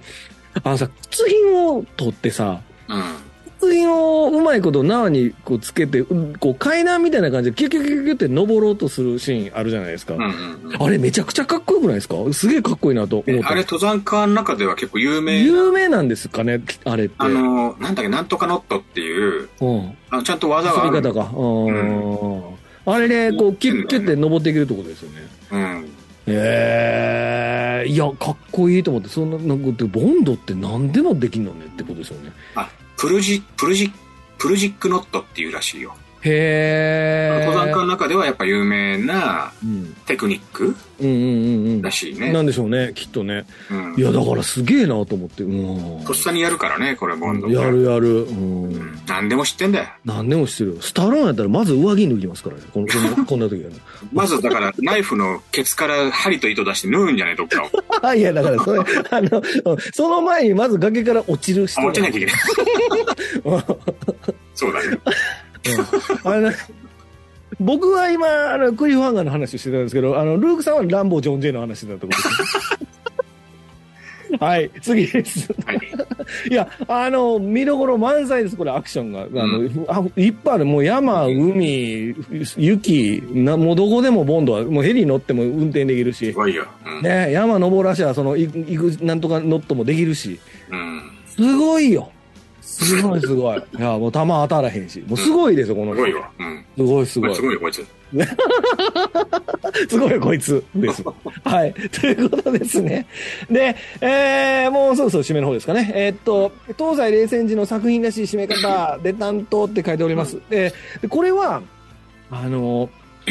[SPEAKER 1] あのさ、靴品を取ってさ、
[SPEAKER 2] うん。
[SPEAKER 1] 靴品をうまいこと縄にこうつけて、うんこう階段みたいな感じでキュキュキュキュって登ろうとするシーンあるじゃないですか。
[SPEAKER 2] うんうん
[SPEAKER 1] あれめちゃくちゃかっこよくないですかすげえかっこいいなと思
[SPEAKER 2] うん。
[SPEAKER 1] った。
[SPEAKER 2] あれ、登山家の中では結構有名な、
[SPEAKER 1] 有名なんですかねあれって。
[SPEAKER 2] あの、なんだっけ、なんとかノットっていう、
[SPEAKER 1] うん。
[SPEAKER 2] あのちゃんと技があ
[SPEAKER 1] 作り
[SPEAKER 2] る。
[SPEAKER 1] 方か。うんあれで、こう、キュッキュって登っていけるってことですよね。
[SPEAKER 2] うん。
[SPEAKER 1] ええいや、かっこいいと思って、そんな、なんか、ボンドって何でもできんのねってことですよね。
[SPEAKER 2] あ、プルジ、プルジ、プルジックノットっていうらしいよ。
[SPEAKER 1] へえ。
[SPEAKER 2] 登山家の中ではやっぱ有名な
[SPEAKER 1] うん。
[SPEAKER 2] テクニック
[SPEAKER 1] うんうんうん
[SPEAKER 2] らしい
[SPEAKER 1] うん。
[SPEAKER 2] ね
[SPEAKER 1] な。んでしょうね、きっとね。
[SPEAKER 2] うん
[SPEAKER 1] いや、だからすげえなと思って。うん。
[SPEAKER 2] とっさにやるからね、これ、ボンド。
[SPEAKER 1] やるやる。う。
[SPEAKER 2] うんん。何でも知ってんだよ。
[SPEAKER 1] 何でもしてるよ。スタローンやったら、まず上着脱ぎますからね。この、この (laughs) こんな時はね。
[SPEAKER 2] まず、だから、ナイフのケツから針と糸出して縫うんじゃない、どっかを。
[SPEAKER 1] あ、いや、だから、そ (laughs) れ、あの、その前にまず崖から落ちる人
[SPEAKER 2] あ、
[SPEAKER 1] が
[SPEAKER 2] 落ちなきゃいけない。そうだね。
[SPEAKER 1] あの僕は今あのクリフハンガーの話をしてたんですけどあのルークさんはランボー・ジョン・ジェイの話だったとこと
[SPEAKER 2] (laughs)
[SPEAKER 1] ですはい次です
[SPEAKER 2] はい。
[SPEAKER 1] いやあの見どころ満載ですこれアクションがあの、あいっぱいあるもう山海雪なもうどこでもボンドはもうヘリ乗っても運転できる
[SPEAKER 2] す
[SPEAKER 1] し、
[SPEAKER 2] ごいよ。うん。
[SPEAKER 1] ね、山登らしゃそのい行くなんとかノットもできるし
[SPEAKER 2] うん。
[SPEAKER 1] すごいよすごいすごいいやもう弾当たらへんしもうすごいですよこの
[SPEAKER 2] す
[SPEAKER 1] 人
[SPEAKER 2] ごいわ。うん。
[SPEAKER 1] すごいすごい
[SPEAKER 2] すごいよ、こいつ。
[SPEAKER 1] (laughs) すごいこいつです。はい。ということですね。で、えー、もうそろそろ締めの方ですかね。えーっと、東西冷戦時の作品らしい締め方で担当って書いております。で、でこれは、あの、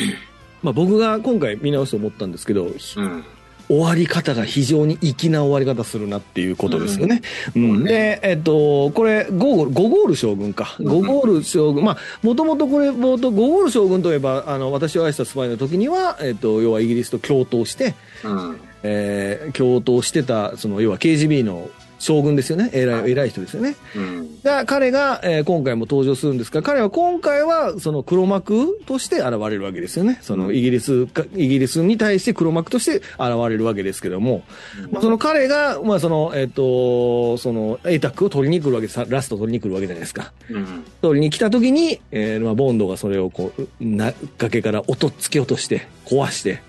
[SPEAKER 1] (clears throat) まあ、僕が今回見直して思ったんですけど、ひ
[SPEAKER 2] うん。
[SPEAKER 1] 終わり方が非常に粋な終わり方するなっていうことですよね。うん
[SPEAKER 2] そうね
[SPEAKER 1] で、えっと、これ、ゴール、ゴゴール将軍か。
[SPEAKER 2] ん
[SPEAKER 1] ゴゴール将軍。まあ、もともとこれ、冒頭、ゴゴール将軍といえば、あの、私を愛したスパイの時には、えっと、要はイギリスと共闘して、
[SPEAKER 2] うん。
[SPEAKER 1] えー共闘してた、その、要は KGB の将軍ですよね。偉い、偉い人ですよね。
[SPEAKER 2] うん。
[SPEAKER 1] が、彼が、えー今回も登場するんですが、彼は今回は、その黒幕として現れるわけですよね。そのイギリスか、イギリスに対して黒幕として現れるわけですけども、まあ、その彼が、まあ、その、えっ、と、その、エイタックを取りに来るわけです、ラストを取りに来るわけじゃないですか。
[SPEAKER 2] うん。
[SPEAKER 1] 取りに来た時に、えーまあ、ボンドがそれをこう、な、崖から音突き落として、壊して、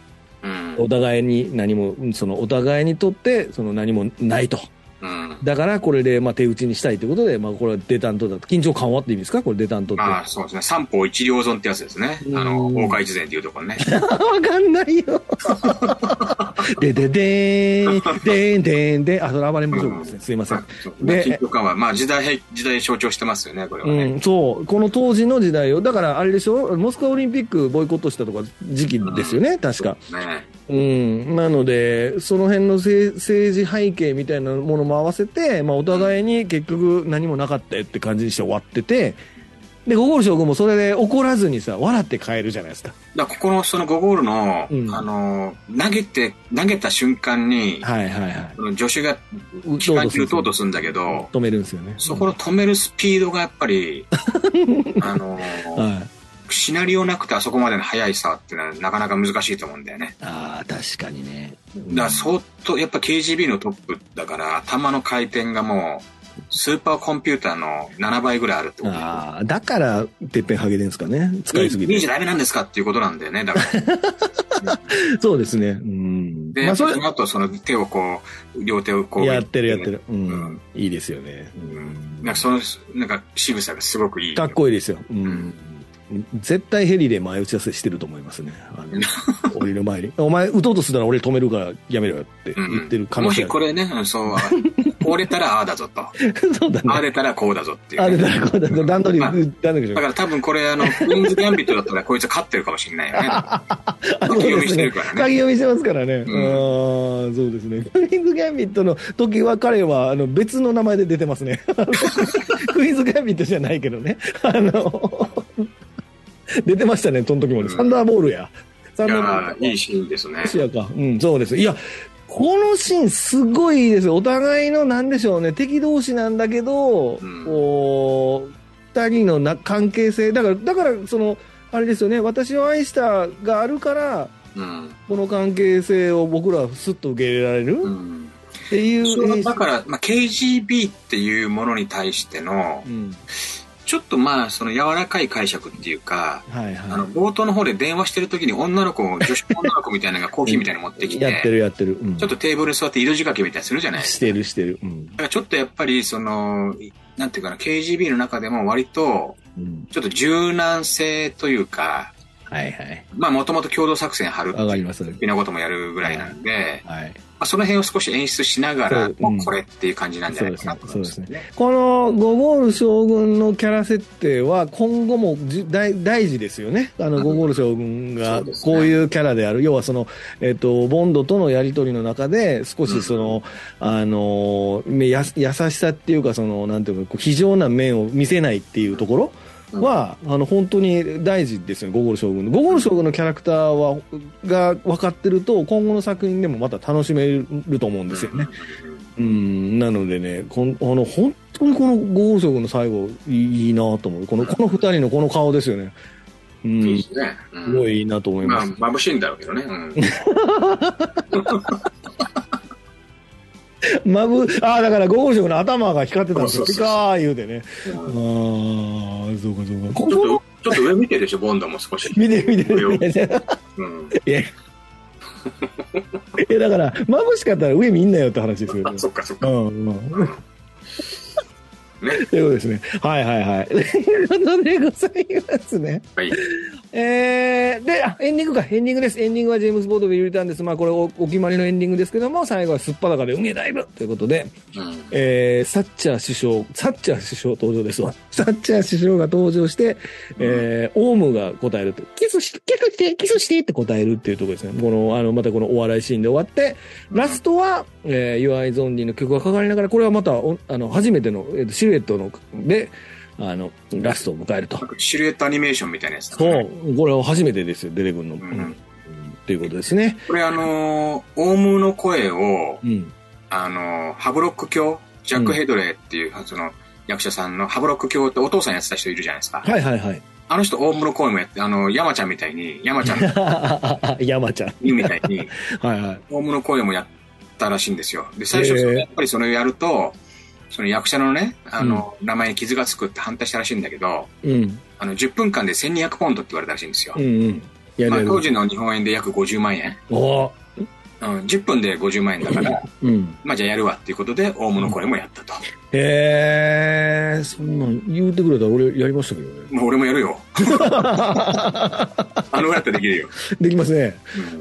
[SPEAKER 2] うん。
[SPEAKER 1] お互いに何も、その、お互いにとって、その何もないと。
[SPEAKER 2] うん。
[SPEAKER 1] だからこれでまあ手打ちにしたいということで、まあ、これはデタントだと緊張緩和って意味ですかこれデタントって。
[SPEAKER 2] まあ、そうですね。三方一両損ってやつですね。あの、
[SPEAKER 1] うん
[SPEAKER 2] 崩壊事前っていうところ
[SPEAKER 1] (laughs)
[SPEAKER 2] ね。
[SPEAKER 1] わかんないよ。でででーん、でーんでーんでーん、あ、それ暴れん坊将軍ですね。すいません。
[SPEAKER 2] そう
[SPEAKER 1] で
[SPEAKER 2] 緊張感は、まあ、時代、時代象徴してますよね、これは
[SPEAKER 1] う
[SPEAKER 2] ね。
[SPEAKER 1] ん、そう、この当時の時代を、だからあれでしょ、モスクワオリンピックボイコットしたとか時期ですよね、確か。
[SPEAKER 2] ね。
[SPEAKER 1] うん、なので、その辺のせい政治背景みたいなものも合わせて、まあ、お互いに結局何もなかったよって感じにして終わってて、で、ゴゴール将軍もそれで怒らずにさ、笑って帰るじゃないですか。
[SPEAKER 2] だからここのその5ゴールの、
[SPEAKER 1] うん
[SPEAKER 2] あの、投げて、投げた瞬間に、
[SPEAKER 1] はいはいはい。
[SPEAKER 2] この助手が
[SPEAKER 1] う
[SPEAKER 2] 機関銃
[SPEAKER 1] ど
[SPEAKER 2] と
[SPEAKER 1] うぞ
[SPEAKER 2] うとするんだけど、
[SPEAKER 1] 止めるんですよね。
[SPEAKER 2] そこの止めるスピードがやっぱり、
[SPEAKER 1] (laughs)
[SPEAKER 2] あの、
[SPEAKER 1] うん、はい。
[SPEAKER 2] シナリオなくてあそこまでの速いさってのはなかなか難しいと思うんだよね。
[SPEAKER 1] ああ、確かにね。
[SPEAKER 2] だから相当、やっぱ KGB のトップだから頭の回転がもう、スーパーコンピューターの7倍ぐらいあるってこと
[SPEAKER 1] ああ、だから、てっぺんハゲるんですかね。使いすぎ
[SPEAKER 2] いいじ
[SPEAKER 1] て。
[SPEAKER 2] ゃダメなんですかっていうことなんだよね。
[SPEAKER 1] (laughs)
[SPEAKER 2] だから。
[SPEAKER 1] そうですね。うん。
[SPEAKER 2] で、
[SPEAKER 1] まあ、
[SPEAKER 2] そ
[SPEAKER 1] それ
[SPEAKER 2] の、後その手をこう、両手をこう。
[SPEAKER 1] やってるやってる。う
[SPEAKER 2] うん
[SPEAKER 1] ん。いいですよね。
[SPEAKER 2] うん。なんかその、なんか仕草がすごくいい。
[SPEAKER 1] かっこいいですよ。うん。絶対ヘリで前打ち合わせしてると思いますね。あの俺の前に。お前、撃とうとするなら俺止めるからやめろよって
[SPEAKER 2] うん
[SPEAKER 1] 言ってる可能
[SPEAKER 2] も
[SPEAKER 1] 性
[SPEAKER 2] し
[SPEAKER 1] あ
[SPEAKER 2] これね、うんそう、あこう出たらああだぞと。
[SPEAKER 1] る。そう (laughs) だね。
[SPEAKER 2] ああ出たらこうだぞっていう、
[SPEAKER 1] あれだな、こうだな、段取り、
[SPEAKER 2] まあ
[SPEAKER 1] 段取りでしょ
[SPEAKER 2] だから多分これ、あの、クイーンズ・ギャンビットだったらこいつ勝ってるかもしれな
[SPEAKER 1] (laughs)
[SPEAKER 2] いよね。
[SPEAKER 1] あそう
[SPEAKER 2] 鍵読
[SPEAKER 1] で
[SPEAKER 2] み
[SPEAKER 1] す
[SPEAKER 2] して
[SPEAKER 1] ね
[SPEAKER 2] るからね
[SPEAKER 1] 鍵読みしてますからね。うんん、そうですね。クイーンズ・ギャンビットの時は彼はあの別の名前で出てますね。クイーンズ・ギャンビットじゃないけどね。あの、出てましたね、その時もね。
[SPEAKER 2] うん
[SPEAKER 1] サンダーボールや。サン
[SPEAKER 2] い
[SPEAKER 1] ダ
[SPEAKER 2] や
[SPEAKER 1] ーボール
[SPEAKER 2] ーいいシーンですね
[SPEAKER 1] ロ。シアか。うん、そうです。いや、このシーンすごいいいですよ。お互いのなんでしょうね、敵同士なんだけど、
[SPEAKER 2] ん
[SPEAKER 1] こう、二人のな関係性、だから、だから、その、あれですよね、私を愛したがあるから、
[SPEAKER 2] うん。
[SPEAKER 1] この関係性を僕らはすっと受け入れられ
[SPEAKER 2] う
[SPEAKER 1] る
[SPEAKER 2] ん。
[SPEAKER 1] っていう
[SPEAKER 2] それは
[SPEAKER 1] 演
[SPEAKER 2] だ
[SPEAKER 1] 出。
[SPEAKER 2] から、まあ、KGB っていうものに対しての
[SPEAKER 1] う、ん。
[SPEAKER 2] ちょっとまあ、その柔らかい解釈っていうか、
[SPEAKER 1] はい
[SPEAKER 2] あの
[SPEAKER 1] は
[SPEAKER 2] 冒頭の方で電話してる時に女の子を女子女の子みたいなのがコーヒーみたいなの持ってき
[SPEAKER 1] い。
[SPEAKER 2] て
[SPEAKER 1] やってるやってる。うん
[SPEAKER 2] ちょっとテーブルに座って色仕掛けみたいにするじゃないです
[SPEAKER 1] し
[SPEAKER 2] か
[SPEAKER 1] てるしてる。うん
[SPEAKER 2] だ。からちょっとやっぱりそのなんていうかな KGB の中でも割と
[SPEAKER 1] うん。
[SPEAKER 2] ちょっと柔軟性というか
[SPEAKER 1] はいはい。
[SPEAKER 2] まあもともと共同作戦張るって
[SPEAKER 1] わか
[SPEAKER 2] い
[SPEAKER 1] り
[SPEAKER 2] う
[SPEAKER 1] ます。
[SPEAKER 2] 的なこともやるぐらいなんで、
[SPEAKER 1] はい。
[SPEAKER 2] まあ、その辺を少し演出しながら、
[SPEAKER 1] そう
[SPEAKER 2] もう
[SPEAKER 1] うん
[SPEAKER 2] これっていう感じなんじゃないかなと思います
[SPEAKER 1] そう
[SPEAKER 2] ね。
[SPEAKER 1] このゴゴール将軍のキャラ設定は今後もじ大大事ですよね。あ
[SPEAKER 2] う
[SPEAKER 1] の
[SPEAKER 2] ん
[SPEAKER 1] ゴゴール将軍が
[SPEAKER 2] (laughs) そうですね
[SPEAKER 1] こういうキャラである。要はその、えっ、と、ボンドとのやりとりの中で少しその、あの、めや優しさっていうかその、なんていうか、こう非常な面を見せないっていうところ
[SPEAKER 2] うん
[SPEAKER 1] は、あの、本当に大事ですよね、ゴゴール将軍の。ゴゴール将軍のキャラクターは、が分かってると今後の作品でもまた楽しめると思うんですよね。うん、なのでね、この、あの、本当にこのゴールの最後、いいいなと思う。この、この二人のこの顔ですよね。う
[SPEAKER 2] うん
[SPEAKER 1] ん、
[SPEAKER 2] そ
[SPEAKER 1] す
[SPEAKER 2] うですね。うん
[SPEAKER 1] ごいいいなと思い
[SPEAKER 2] ま
[SPEAKER 1] ま
[SPEAKER 2] あ、
[SPEAKER 1] す。
[SPEAKER 2] 眩しいんだろうけどね。
[SPEAKER 1] (laughs)
[SPEAKER 2] うん
[SPEAKER 1] (laughs) まぶ、ああ、だからゴールの頭が光ってたんです
[SPEAKER 2] そう
[SPEAKER 1] よ。ピ
[SPEAKER 2] そうそう
[SPEAKER 1] カー言うてね。ああ
[SPEAKER 2] うん
[SPEAKER 1] ー、そうかそうか。
[SPEAKER 2] ちょっと、ちょっと上見てるでしょ、ボンドも少し。
[SPEAKER 1] 見て見て
[SPEAKER 2] 上を
[SPEAKER 1] 見て。
[SPEAKER 2] うん。
[SPEAKER 1] いや、だから、眩しかったら上見んなよって話ですよ
[SPEAKER 2] あ、
[SPEAKER 1] ね。
[SPEAKER 2] そっかそっ
[SPEAKER 1] う
[SPEAKER 2] か。
[SPEAKER 1] ん、うん。
[SPEAKER 2] ね。
[SPEAKER 1] ということですね。はいはいはい。と (laughs) いうことでございますね。
[SPEAKER 2] はい。
[SPEAKER 1] えー、で、あエンディングか、エンディングです。エンディングはジェームズ・ボードウィル・リターンです。まあ、これお、お決まりのエンディングですけども、最後はすっぱだかで、海へダイブということで、
[SPEAKER 2] うん。
[SPEAKER 1] えー、サッチャー首相、サッチャー首相登場ですわ。 (laughs) サッチャー首相が登場して、えー、オウムが答えると、キスし、キスして、キスしてって答えるっていうところですね。この、あの、またこのお笑いシーンで終わって、ラストは、えー、Your Eyes Only の曲がかかりながら、これはまた、おあの、初めての、えーとシルエットの、で、あの、ラストを迎えると
[SPEAKER 2] なん。かシルエットアニメーションみたいなやつだ
[SPEAKER 1] そ
[SPEAKER 2] ね、
[SPEAKER 1] う、これは初めてですよ、出てくるの。う
[SPEAKER 2] うん
[SPEAKER 1] んということですね。
[SPEAKER 2] これあのーオウムの声を
[SPEAKER 1] う、ん。
[SPEAKER 2] あのーハブロック教、ジャック・ヘドレーっていう、その、役者さんのハブロック教ってお父さんやってた人いるじゃないですか。
[SPEAKER 1] はいはいはい。
[SPEAKER 2] あの人、オウムの声もやって、あの、山ちゃんみたいに、山ちゃんの (laughs)
[SPEAKER 1] 山ちゃん。
[SPEAKER 2] みたいに、
[SPEAKER 1] はいはい。
[SPEAKER 2] オウムの声もやったらしいんですよ。で、最初、
[SPEAKER 1] へえ
[SPEAKER 2] やっぱりそれをやると、その役者のね、あの、名前に傷がつくって反対したらしいんだけど、
[SPEAKER 1] うん。
[SPEAKER 2] あの、10分間で1200ポンドって言われたらしいんですよ
[SPEAKER 1] うん。うん。や
[SPEAKER 2] まあ、
[SPEAKER 1] るや
[SPEAKER 2] 当
[SPEAKER 1] る。
[SPEAKER 2] 時の日本円で約50万円。
[SPEAKER 1] おー
[SPEAKER 2] うん、10分で50万円だから、
[SPEAKER 1] うん。
[SPEAKER 2] まあじゃあやるわっていうことで、オウムの声もやったと。
[SPEAKER 1] へえー、そんなん言うてくれたら俺やりましたけどね。
[SPEAKER 2] もう俺もや
[SPEAKER 1] (laughs)
[SPEAKER 2] るよ。あのぐらいだったらできるよ。
[SPEAKER 1] できますね。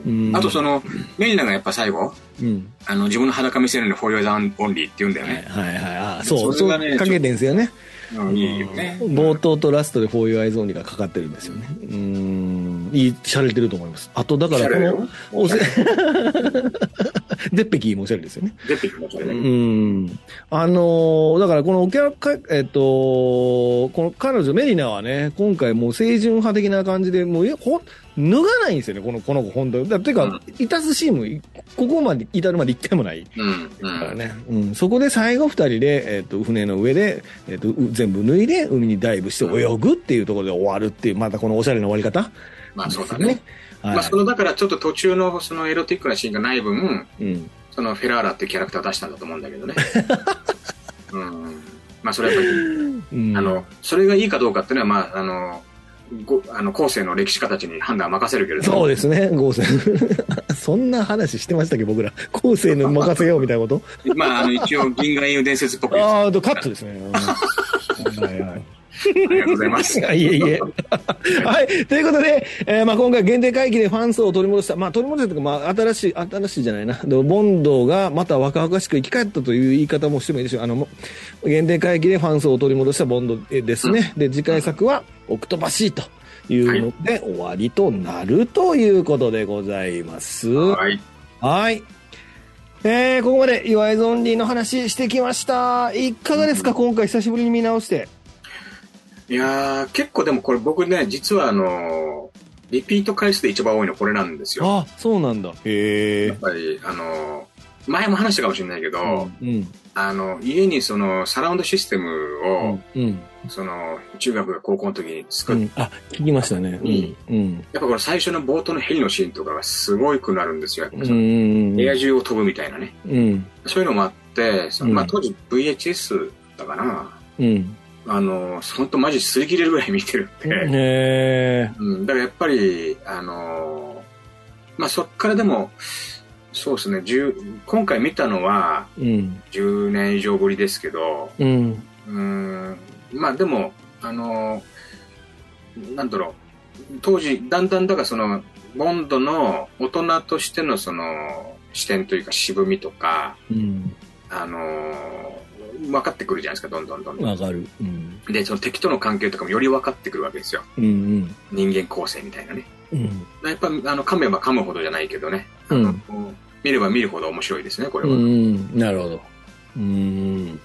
[SPEAKER 2] う
[SPEAKER 1] うん
[SPEAKER 2] ん、あとその、メリナがやっぱ最後、
[SPEAKER 1] うん。
[SPEAKER 2] あの、自分の裸見せるのフォーヨーザンオンリーって言うんだよ
[SPEAKER 1] はい
[SPEAKER 2] ね。
[SPEAKER 1] はいはい。あそう、
[SPEAKER 2] そ
[SPEAKER 1] そう
[SPEAKER 2] れがね
[SPEAKER 1] かけてんですよね。
[SPEAKER 2] うん、いいよね。
[SPEAKER 1] 冒頭とラストで For Your Eyes Only がかかってるんですよね。うん。いい、しゃれてると思います。あと、だからこ
[SPEAKER 2] 洒落
[SPEAKER 1] の、おせ、 (laughs) でっぺきもしゃれですよね。
[SPEAKER 2] 出てきました
[SPEAKER 1] う
[SPEAKER 2] ね。
[SPEAKER 1] ん。あのーだからこのお客か、えっと、この彼女、メリナはね、今回もう清純派的な感じで、もう、えほん、脱がないんですよね、この、この子、本当に。だっていう
[SPEAKER 2] うん
[SPEAKER 1] か、いたすシーンもい、ここまで至るまで一回もない。
[SPEAKER 2] うん、う
[SPEAKER 1] から
[SPEAKER 2] ん。
[SPEAKER 1] ね。うん。そこで最後二人で、えっと、船の上で、えっと、う全部脱いで、海にダイブして泳ぐっていうところで終わるっていう、またこのおしゃれな終わり方。
[SPEAKER 2] まあそうだね。。
[SPEAKER 1] はい。
[SPEAKER 2] まあその、だからちょっと途中のそのエロティックなシーンがない分、
[SPEAKER 1] うん。 (laughs)
[SPEAKER 2] そのフェラーラっていうキャラクターを出したんだと思うんだけどね。うん。まあ、それはやっぱり、
[SPEAKER 1] うん
[SPEAKER 2] あの、それがいいかどうかっていうのは、まあ、あの、ごあの後世の歴史家たちに判断は任せるけれども
[SPEAKER 1] そうですね、ゴーセン。 (laughs) そんな話してましたっけ、僕ら。後世の任せようみたいなこと
[SPEAKER 2] (laughs) まあ、あの、一応、銀河英雄伝説っぽく言って
[SPEAKER 1] ああ、カットですね。うんはいはい
[SPEAKER 2] ありがとうございます。
[SPEAKER 1] いえいえ。はい。ということで、えーまあ、今回限定会議でファン層を取り戻した。まあ、取り戻したというか、まあ、新しい、新しいじゃないな。でもボンドがまた若々しく生き返ったという言い方もしてもいいでしょう。あの、も限定会議でファン層を取り戻したボンドですね。で、次回作は、オクトパシーというので、終わりとなるということでございます。
[SPEAKER 2] はい。
[SPEAKER 1] はい。えー、ここまで岩井ゾンリーの話してきました。いかがですか、今回久しぶりに見直して。
[SPEAKER 2] いやー、結構でもこれ僕ね、実はあのー、リピート回数で一番多いのこれなんですよ。
[SPEAKER 1] あ、そうなんだ。へ
[SPEAKER 2] やっ。ぱり、あのー、前も話したかもしれないけど、
[SPEAKER 1] うん。
[SPEAKER 2] あの、家にその、サラウンドシステムを、
[SPEAKER 1] うん。
[SPEAKER 2] その、中学が高校の時に作
[SPEAKER 1] う
[SPEAKER 2] って、
[SPEAKER 1] ん。あ、聞きましたね。うん。うん。
[SPEAKER 2] やっぱこの最初の冒頭のヘリのシーンとかがすごいくなるんですよ。やっぱ
[SPEAKER 1] う
[SPEAKER 2] その
[SPEAKER 1] ん。
[SPEAKER 2] 部屋中を飛ぶみたいなね。
[SPEAKER 1] うん。
[SPEAKER 2] そういうのもあって、そのまあ
[SPEAKER 1] うん
[SPEAKER 2] 当時 VHS だったかな。
[SPEAKER 1] うん。
[SPEAKER 2] あの、本当マジ擦り切れるぐらい見てるんで、
[SPEAKER 1] へ
[SPEAKER 2] うん、だからやっぱり、あのーまあ、そっからでも、そうですね、10今回見たのは
[SPEAKER 1] え。うん。
[SPEAKER 2] 10年以上ぶりですけど、
[SPEAKER 1] うん。
[SPEAKER 2] うーん、まあでも、あのーなんだろう、当時、だんだんだからその、ボンドの大人としてのその、視点というか渋みとか、
[SPEAKER 1] うん。
[SPEAKER 2] あのー分かってくるじゃないですか、どんどんどんど
[SPEAKER 1] わかる。うん。
[SPEAKER 2] ん。で、その敵との関係とかもより分かってくるわけですよ。
[SPEAKER 1] うん。
[SPEAKER 2] 人間構成みたいなね。
[SPEAKER 1] うん。
[SPEAKER 2] やっぱ、あの、噛めば噛むほどじゃないけどね。あ
[SPEAKER 1] う
[SPEAKER 2] の
[SPEAKER 1] ん
[SPEAKER 2] こう見れば見るほど面白いですね、これ
[SPEAKER 1] う
[SPEAKER 2] は。
[SPEAKER 1] ん。なるほど。うん。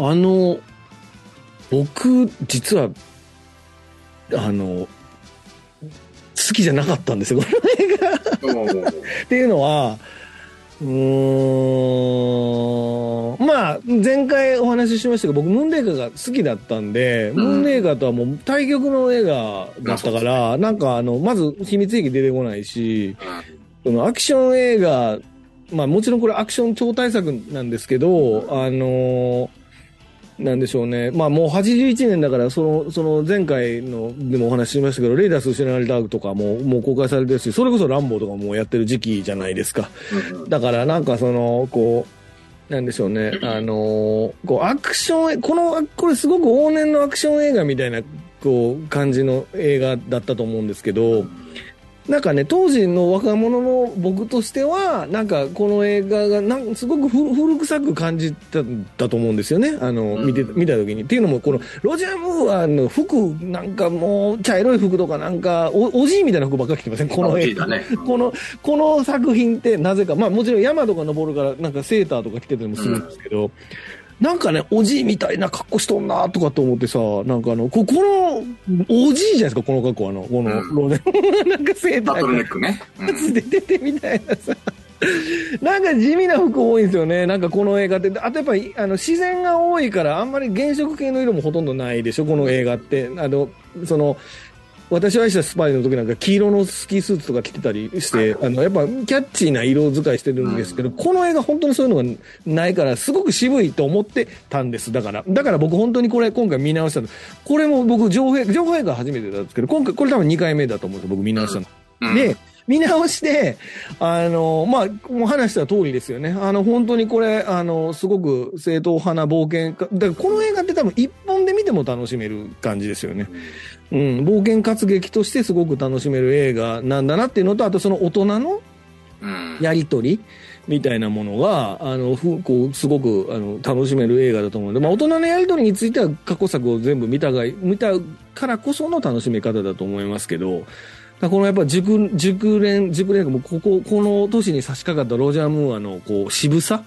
[SPEAKER 1] あの、僕、実は、あの、好きじゃなかったんですよ、こ (laughs) の映画。
[SPEAKER 2] おー
[SPEAKER 1] っていうのは、うーん、まあ、前回お話ししましたけど、僕、ムンデーガが好きだったんで、
[SPEAKER 2] ん
[SPEAKER 1] ムンデーガとはもう対局の映画だったから、なんかあの、まず秘密兵器出てこないし、そのアクション映画、まあもちろんこれアクション超大作なんですけど、あのーなんでしょうね。まあもう81年だから、その、その前回のでもお話ししましたけど、レイダース失われた悪とかも、もう公開されてるし、それこそランボーとかもやってる時期じゃないですか。
[SPEAKER 2] うんうん
[SPEAKER 1] だからなんかその、こう、なんでしょうね。あのーこうアクション、この、これすごく往年のアクション映画みたいな、こう、感じの映画だったと思うんですけど、なんかね、当時の若者の僕としては、なんかこの映画がなんすごく古古臭く感じたんだと思うんですよね。あの、
[SPEAKER 2] うん
[SPEAKER 1] 見て、見た時に。っていうのも、このロジャー・ムーアの服、なんかもう、茶色い服とかなんか、お、おじいみたいな服ばっかり着てませんこの
[SPEAKER 2] 大き
[SPEAKER 1] 映
[SPEAKER 2] い
[SPEAKER 1] 画
[SPEAKER 2] だ。ね。
[SPEAKER 1] (laughs) この、この作品ってなぜか、まあもちろん山とか登るから、なんかセーターとか着てたりもするんですけど、なんかね、おじいみたいな格好しとんなとかと思ってさ、なんかあの、こ、この、おじいじゃないですか、この格好あの、この、ロジャー (laughs) なんかセータ
[SPEAKER 2] バ
[SPEAKER 1] ー
[SPEAKER 2] ト
[SPEAKER 1] が
[SPEAKER 2] ルネックね。うん
[SPEAKER 1] (laughs) 出ててみたいなさ。なんか地味な服多いんですよね。なんかこの映画って。あとやっぱりあの自然が多いからあんまり原色系の色もほとんどないでしょ、この映画って。あの、その、私を愛したスパイの時なんか黄色のスキースーツとか着てたりして、あの、やっぱキャッチーな色使いしてるんですけど、この映画本当にそういうのがないから、すごく渋いと思ってたんです。だから、だから僕本当にこれ今回見直したの。これも僕上映、上映が初めてなんですけど、今回これ多分2回目だと思うんですよ、僕見直したの。
[SPEAKER 2] うん
[SPEAKER 1] で、見直して、あの、まあ、もう話した通りですよね。あの、本当にこれ、あの、すごく正統派な冒険家。だからこの映画って多分一本で見ても楽しめる感じですよね。うん、冒険活劇としてすごく楽しめる映画なんだなっていうのと、あとその大人の
[SPEAKER 2] うん
[SPEAKER 1] やりとりみたいなものが、あの、ふこう、すごく、あの、楽しめる映画だと思うので、まあ、大人のやりとりについては過去作を全部見たがい、見たからこその楽しみ方だと思いますけど、だからこのやっぱ熟、熟練、熟練もうここ、この年に差し掛かったロジャー・ムーアの、こう、渋さ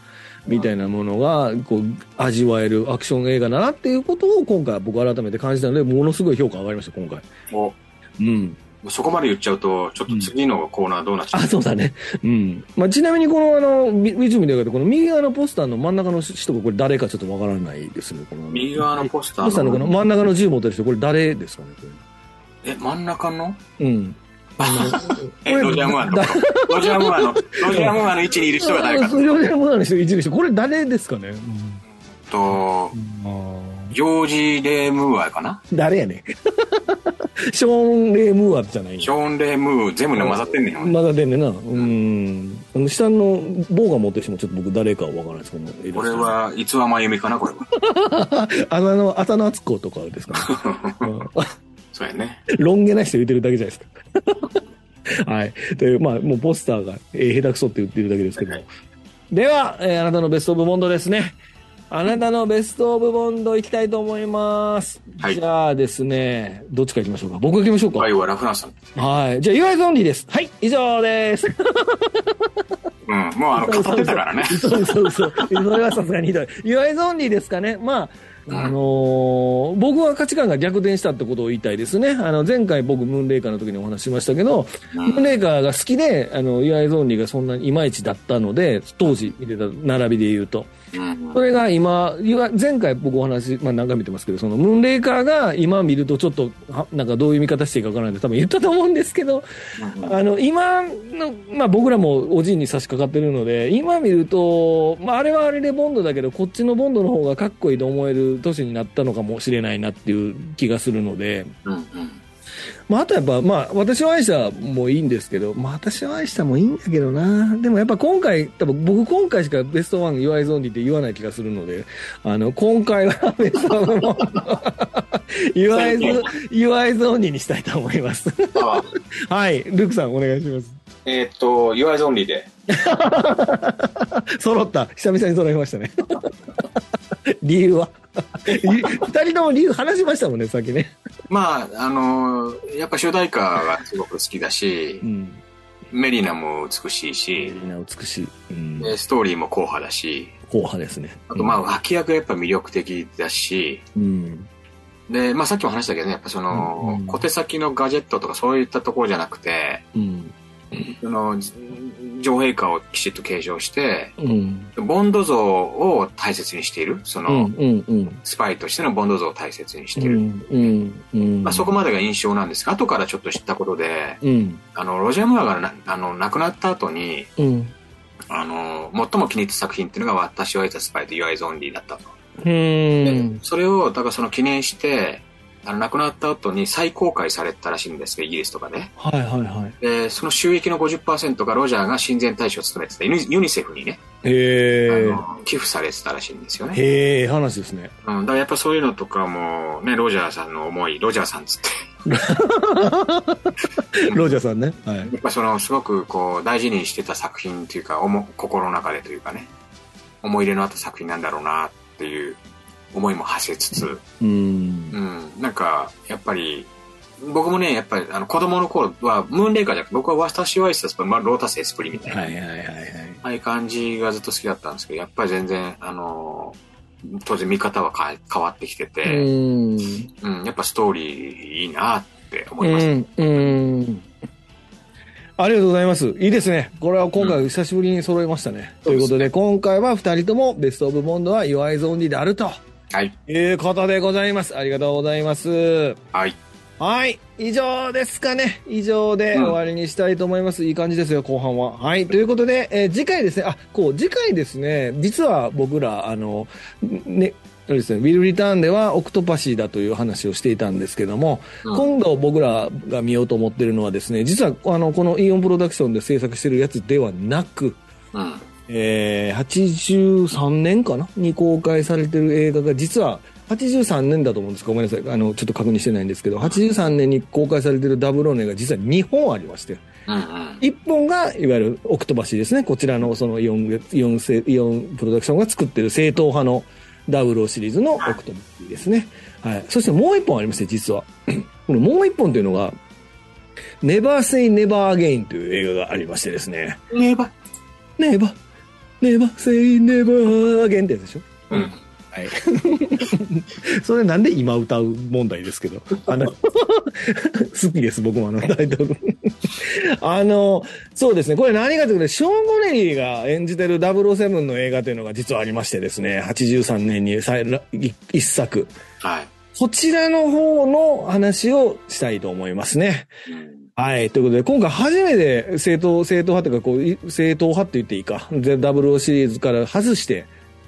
[SPEAKER 1] みたいなものが、こう、味わえるアクション映画だなっていうことを今回僕改めて感じたので、ものすごい評価上がりました、今回。
[SPEAKER 2] おも
[SPEAKER 1] うん。
[SPEAKER 2] うそこまで言っちゃうと、ちょっと次のコーナーどうなっちゃう
[SPEAKER 1] あ、そうだね。うん。まあ、ちなみにこの、あの、ビ YouTube でこの右側のポスターの真ん中の人がこれ誰かちょっとわからないですね。この
[SPEAKER 2] 右側のポスタ
[SPEAKER 1] ポスター
[SPEAKER 2] ー
[SPEAKER 1] のこの真ん中の銃持ってる人、これ誰ですかね、こ
[SPEAKER 2] え、真ん中の
[SPEAKER 1] れ。うん。
[SPEAKER 2] え、ロジャー・ムーアのとこロジャー・ムーアの、ロジャー・ムーアの位置にいる人が誰か。
[SPEAKER 1] あそういうような人、一人の人、これ誰ですかね。うん
[SPEAKER 2] と、ジョージ・レームーアかな
[SPEAKER 1] 誰やねん。 (laughs) ショーン・レームーアじゃない
[SPEAKER 2] ショーン・レームー、全部ね、混ざってんねんよ。
[SPEAKER 1] まだ出んねんな。うん。あの下の棒が持ってる人もちょっと僕誰かはわからないですけども。
[SPEAKER 2] これは、いつは真由美かな、これは。
[SPEAKER 1] あの、あの、浅野敦子とかですか、
[SPEAKER 2] (laughs)
[SPEAKER 1] ねうん
[SPEAKER 2] そうやね。
[SPEAKER 1] ロン毛な人言ってるだけじゃないですか。 (laughs) はい。という、まあ、もうポスターが、えー下手くそって言ってるだけですけども。では、えーあなたのベストオブボンドですね。あなたのベストオブボンド行きたいと思います。
[SPEAKER 2] はい
[SPEAKER 1] じゃあですね、どっちから行きましょうか。僕行きましょうか。
[SPEAKER 2] バ
[SPEAKER 1] は
[SPEAKER 2] イ
[SPEAKER 1] い。
[SPEAKER 2] オはラフランスさん。
[SPEAKER 1] じゃあ、岩井ゾンリーです。はい、以上です。
[SPEAKER 2] うん、もうあの、語ってたからね。
[SPEAKER 1] そうそうそう。それはさすがにひどい。岩井ゾンリーですかね。まあ、あのー僕は価値観が逆転したってことを言いたいですね。あの、前回僕、ムーンレイカーの時にお話ししましたけど、
[SPEAKER 2] う
[SPEAKER 1] ムーン
[SPEAKER 2] ん
[SPEAKER 1] レイカーが好きで、あの、岩井ゾンリーがそんなにいまいちだったので、当時見てた並びで言うと。
[SPEAKER 2] うん
[SPEAKER 1] それが今、いわ前回僕お話、まあ何回見てますけど、そのムーンレイカーが今見るとちょっと、はなんかどういう見方していいかわからないんで多分言ったと思うんですけど、あの、今の、まあ僕らもおじいに差し掛かってるので、今見ると、まああれはあれでボンドだけど、こっちのボンドの方がかっこいいと思える年になったのかもしれないなっていう気がするので、
[SPEAKER 2] うんうん
[SPEAKER 1] まあ、あとやっぱ、まあ、私を愛したもいいんですけど、まあ、私を愛したもいいんだけどな。でもやっぱ今回、多分僕今回しかベストワン岩井ゾンリーって言わない気がするので、あの、今回はベストワンの岩井ゾン、岩井ゾンリーにしたいと思います。
[SPEAKER 2] あ
[SPEAKER 1] はい。ルクさんお願いします。
[SPEAKER 2] えーっと、You Are the Only で。
[SPEAKER 1] 揃った。久々に揃いましたね。 (laughs) 理由は二人とも理由話しましたもんね、さっきね。
[SPEAKER 2] まあ、あのーやっぱ主題歌がすごく好きだし
[SPEAKER 1] う、ん。
[SPEAKER 2] メリナも美しい
[SPEAKER 1] み
[SPEAKER 2] し、
[SPEAKER 1] んな美しい。うん。
[SPEAKER 2] でストーリーも硬派だし、
[SPEAKER 1] 後派ですね。
[SPEAKER 2] あとまあ、脇役がやっぱ魅力的だし、
[SPEAKER 1] うん。
[SPEAKER 2] で、まあさっきも話したけどね、やっぱその、
[SPEAKER 1] うん
[SPEAKER 2] 小手先のガジェットとかそういったところじゃなくて、
[SPEAKER 1] うん。
[SPEAKER 2] その、じ女王陛下をきちっと継承して、
[SPEAKER 1] うん。
[SPEAKER 2] ボンド像を大切にしている、その、
[SPEAKER 1] うんうん
[SPEAKER 2] スパイとしてのボンド像を大切にして
[SPEAKER 1] う
[SPEAKER 2] いる。
[SPEAKER 1] んうんうん
[SPEAKER 2] まあ、そこまでが印象なんですが、後からちょっと知ったことで、
[SPEAKER 1] うん
[SPEAKER 2] あの、ロジャー・ムーアがなあの亡くなった後に、
[SPEAKER 1] うん
[SPEAKER 2] あの、最も気に入った作品っていうのが私を得たスパイと Your Eyes Only だったと。
[SPEAKER 1] うん
[SPEAKER 2] それを、だからその記念して、あの、亡くなった後に再公開されたらしいんですけど、イギリスとかで。
[SPEAKER 1] はいはいはい
[SPEAKER 2] で、その収益の50%がロジャーが親善大使を務めてたユニユニセフにね、
[SPEAKER 1] へえ
[SPEAKER 2] あの寄付されてたらしいんですよね。
[SPEAKER 1] へえ話ですね
[SPEAKER 2] うん、だからやっぱそういうのとかも、ね、ロジャーさんの思い、ロジャーさんつって、
[SPEAKER 1] ロジャーさんねはい
[SPEAKER 2] やっぱその、すごくこう、大事にしてた作品というか、おも心の中でというかね、思い入れのあった作品なんだろうなっていう思いも馳せつつ、
[SPEAKER 1] うん
[SPEAKER 2] うん、なんか、やっぱり、僕もね、やっぱり、あの、子供の頃は、ムーンレイカーじゃなくて、僕は私はイスタスプ、まあ、ロータスエスプリみたいな、
[SPEAKER 1] はいはいはいはい
[SPEAKER 2] ああいう感じがずっと好きだったんですけど、やっぱり全然、あのー、当然見方は変え変わってきてて、
[SPEAKER 1] ん
[SPEAKER 2] うん、やっぱストーリーいいなって思
[SPEAKER 1] う
[SPEAKER 2] いました。
[SPEAKER 1] んうんありがとうございます。いいですね。これは今回久しぶりに揃いましたね。ということで、今回は二人ともベストオブボンドは弱いゾンリであると
[SPEAKER 2] はい。
[SPEAKER 1] いうことでございます。ありがとうございます。
[SPEAKER 2] はい。
[SPEAKER 1] はい。以上ですかね。以上で
[SPEAKER 2] うん
[SPEAKER 1] 終わりにしたいと思います。いい感じですよ、後半は。はい。ということで、えー次回ですね。あ、こう、次回ですね。実は僕ら、あの、ね、そうですね、ウィル・リターンではオクトパシーだという話をしていたんですけども、
[SPEAKER 2] うん
[SPEAKER 1] 今度僕らが見ようと思ってるのはですね、実はあのこのイオンプロダクションで制作してるやつではなく、
[SPEAKER 2] うん。
[SPEAKER 1] えー83年かなに公開されてる映画が実は83年だと思うんですごめんなさいあのちょっと確認してないんですけど83年に公開されてるダブルオネが実は2本ありまして
[SPEAKER 2] うんうん。
[SPEAKER 1] 1本がいわゆるオクトバシーですねこちらのそのイオンイオン製イオンプロダクションが作ってる正統派のダブルシリーズのオクトバシーですね、はい、そしてもう1本ありまして実は (clears throat) このもう1本というのが「ネバー・セイ・ネバー・アゲイン」という映画がありましてですね
[SPEAKER 2] ネバ。
[SPEAKER 1] ネバ、ネバ、セイネバーゲンってやつでしょ
[SPEAKER 2] うん。
[SPEAKER 1] はい。 (laughs) それなんで今歌う問題ですけど。あの、 (laughs) 好きです、僕もあのタイトル。 (laughs) あの、そうですね、これ何かというと、ショーン・ゴネリーが演じてる007の映画というのが実はありましてですね、83年にさいらい一作。
[SPEAKER 2] はい。
[SPEAKER 1] こちらの方の話をしたいと思いますね。
[SPEAKER 2] うん
[SPEAKER 1] はい。ということで、今回初めて正統、正統派というか、こうい、正統派って言っていいか。で、00シリーズから外して、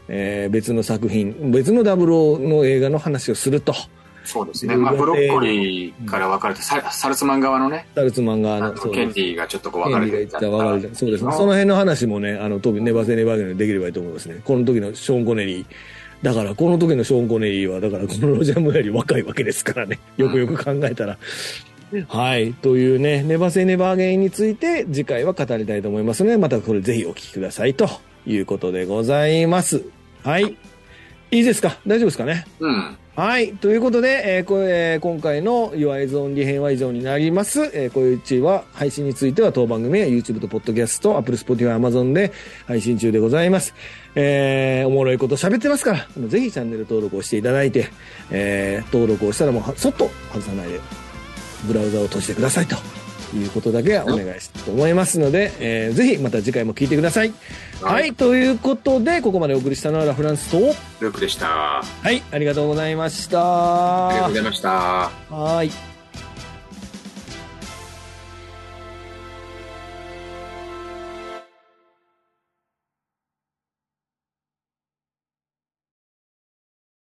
[SPEAKER 1] えー別の作品、別のダブルの映画の話をすると。
[SPEAKER 2] そうですね。まあ、ブロッコリーから分かれて、ササルツマン側のね、
[SPEAKER 1] ダルツマン側
[SPEAKER 2] あ
[SPEAKER 1] の、
[SPEAKER 2] のケンディがちょっとこう
[SPEAKER 1] 権
[SPEAKER 2] 分か
[SPEAKER 1] 利
[SPEAKER 2] れ
[SPEAKER 1] が
[SPEAKER 2] て
[SPEAKER 1] 言っ
[SPEAKER 2] い
[SPEAKER 1] た分かれてそうですね。その辺の話もね、あの、飛び、ネバセネバゲでできればいいと思いますね。この時のショーン・コネリー。だから、この時のショーン・コネリーは、だから、このロジャームより若いわけですからね。よくよく考えたら。はい。というね、ネバセネバーゲインについて次回は語りたいと思いますので、またこれぜひお聞きくださいということでございます。はい。いいですか大丈夫ですかね
[SPEAKER 2] うん。
[SPEAKER 1] はい。ということで、えーこれえー今回の Your Eyes Only 編は以上になります。えー、こういうちは、配信については当番組や YouTube と Podcast、Apple、Spotify、Amazon で配信中でございます。えーおもろいこと喋ってますから、あのぜひチャンネル登録をしていただいて、えー登録をしたらもうは、そっと外さないで、ブラウザを閉じてくださいと。いうことだけはお願いしたいと思いますので、えーぜひまた次回も聞いてください。
[SPEAKER 2] はい
[SPEAKER 1] はい、ということで、ここまでお送りしたのはラ・フランスと、
[SPEAKER 2] ルークでした。あ
[SPEAKER 1] はい、ありがとうございまし
[SPEAKER 2] りがと
[SPEAKER 1] た
[SPEAKER 2] うご。ざいました。
[SPEAKER 1] はーい。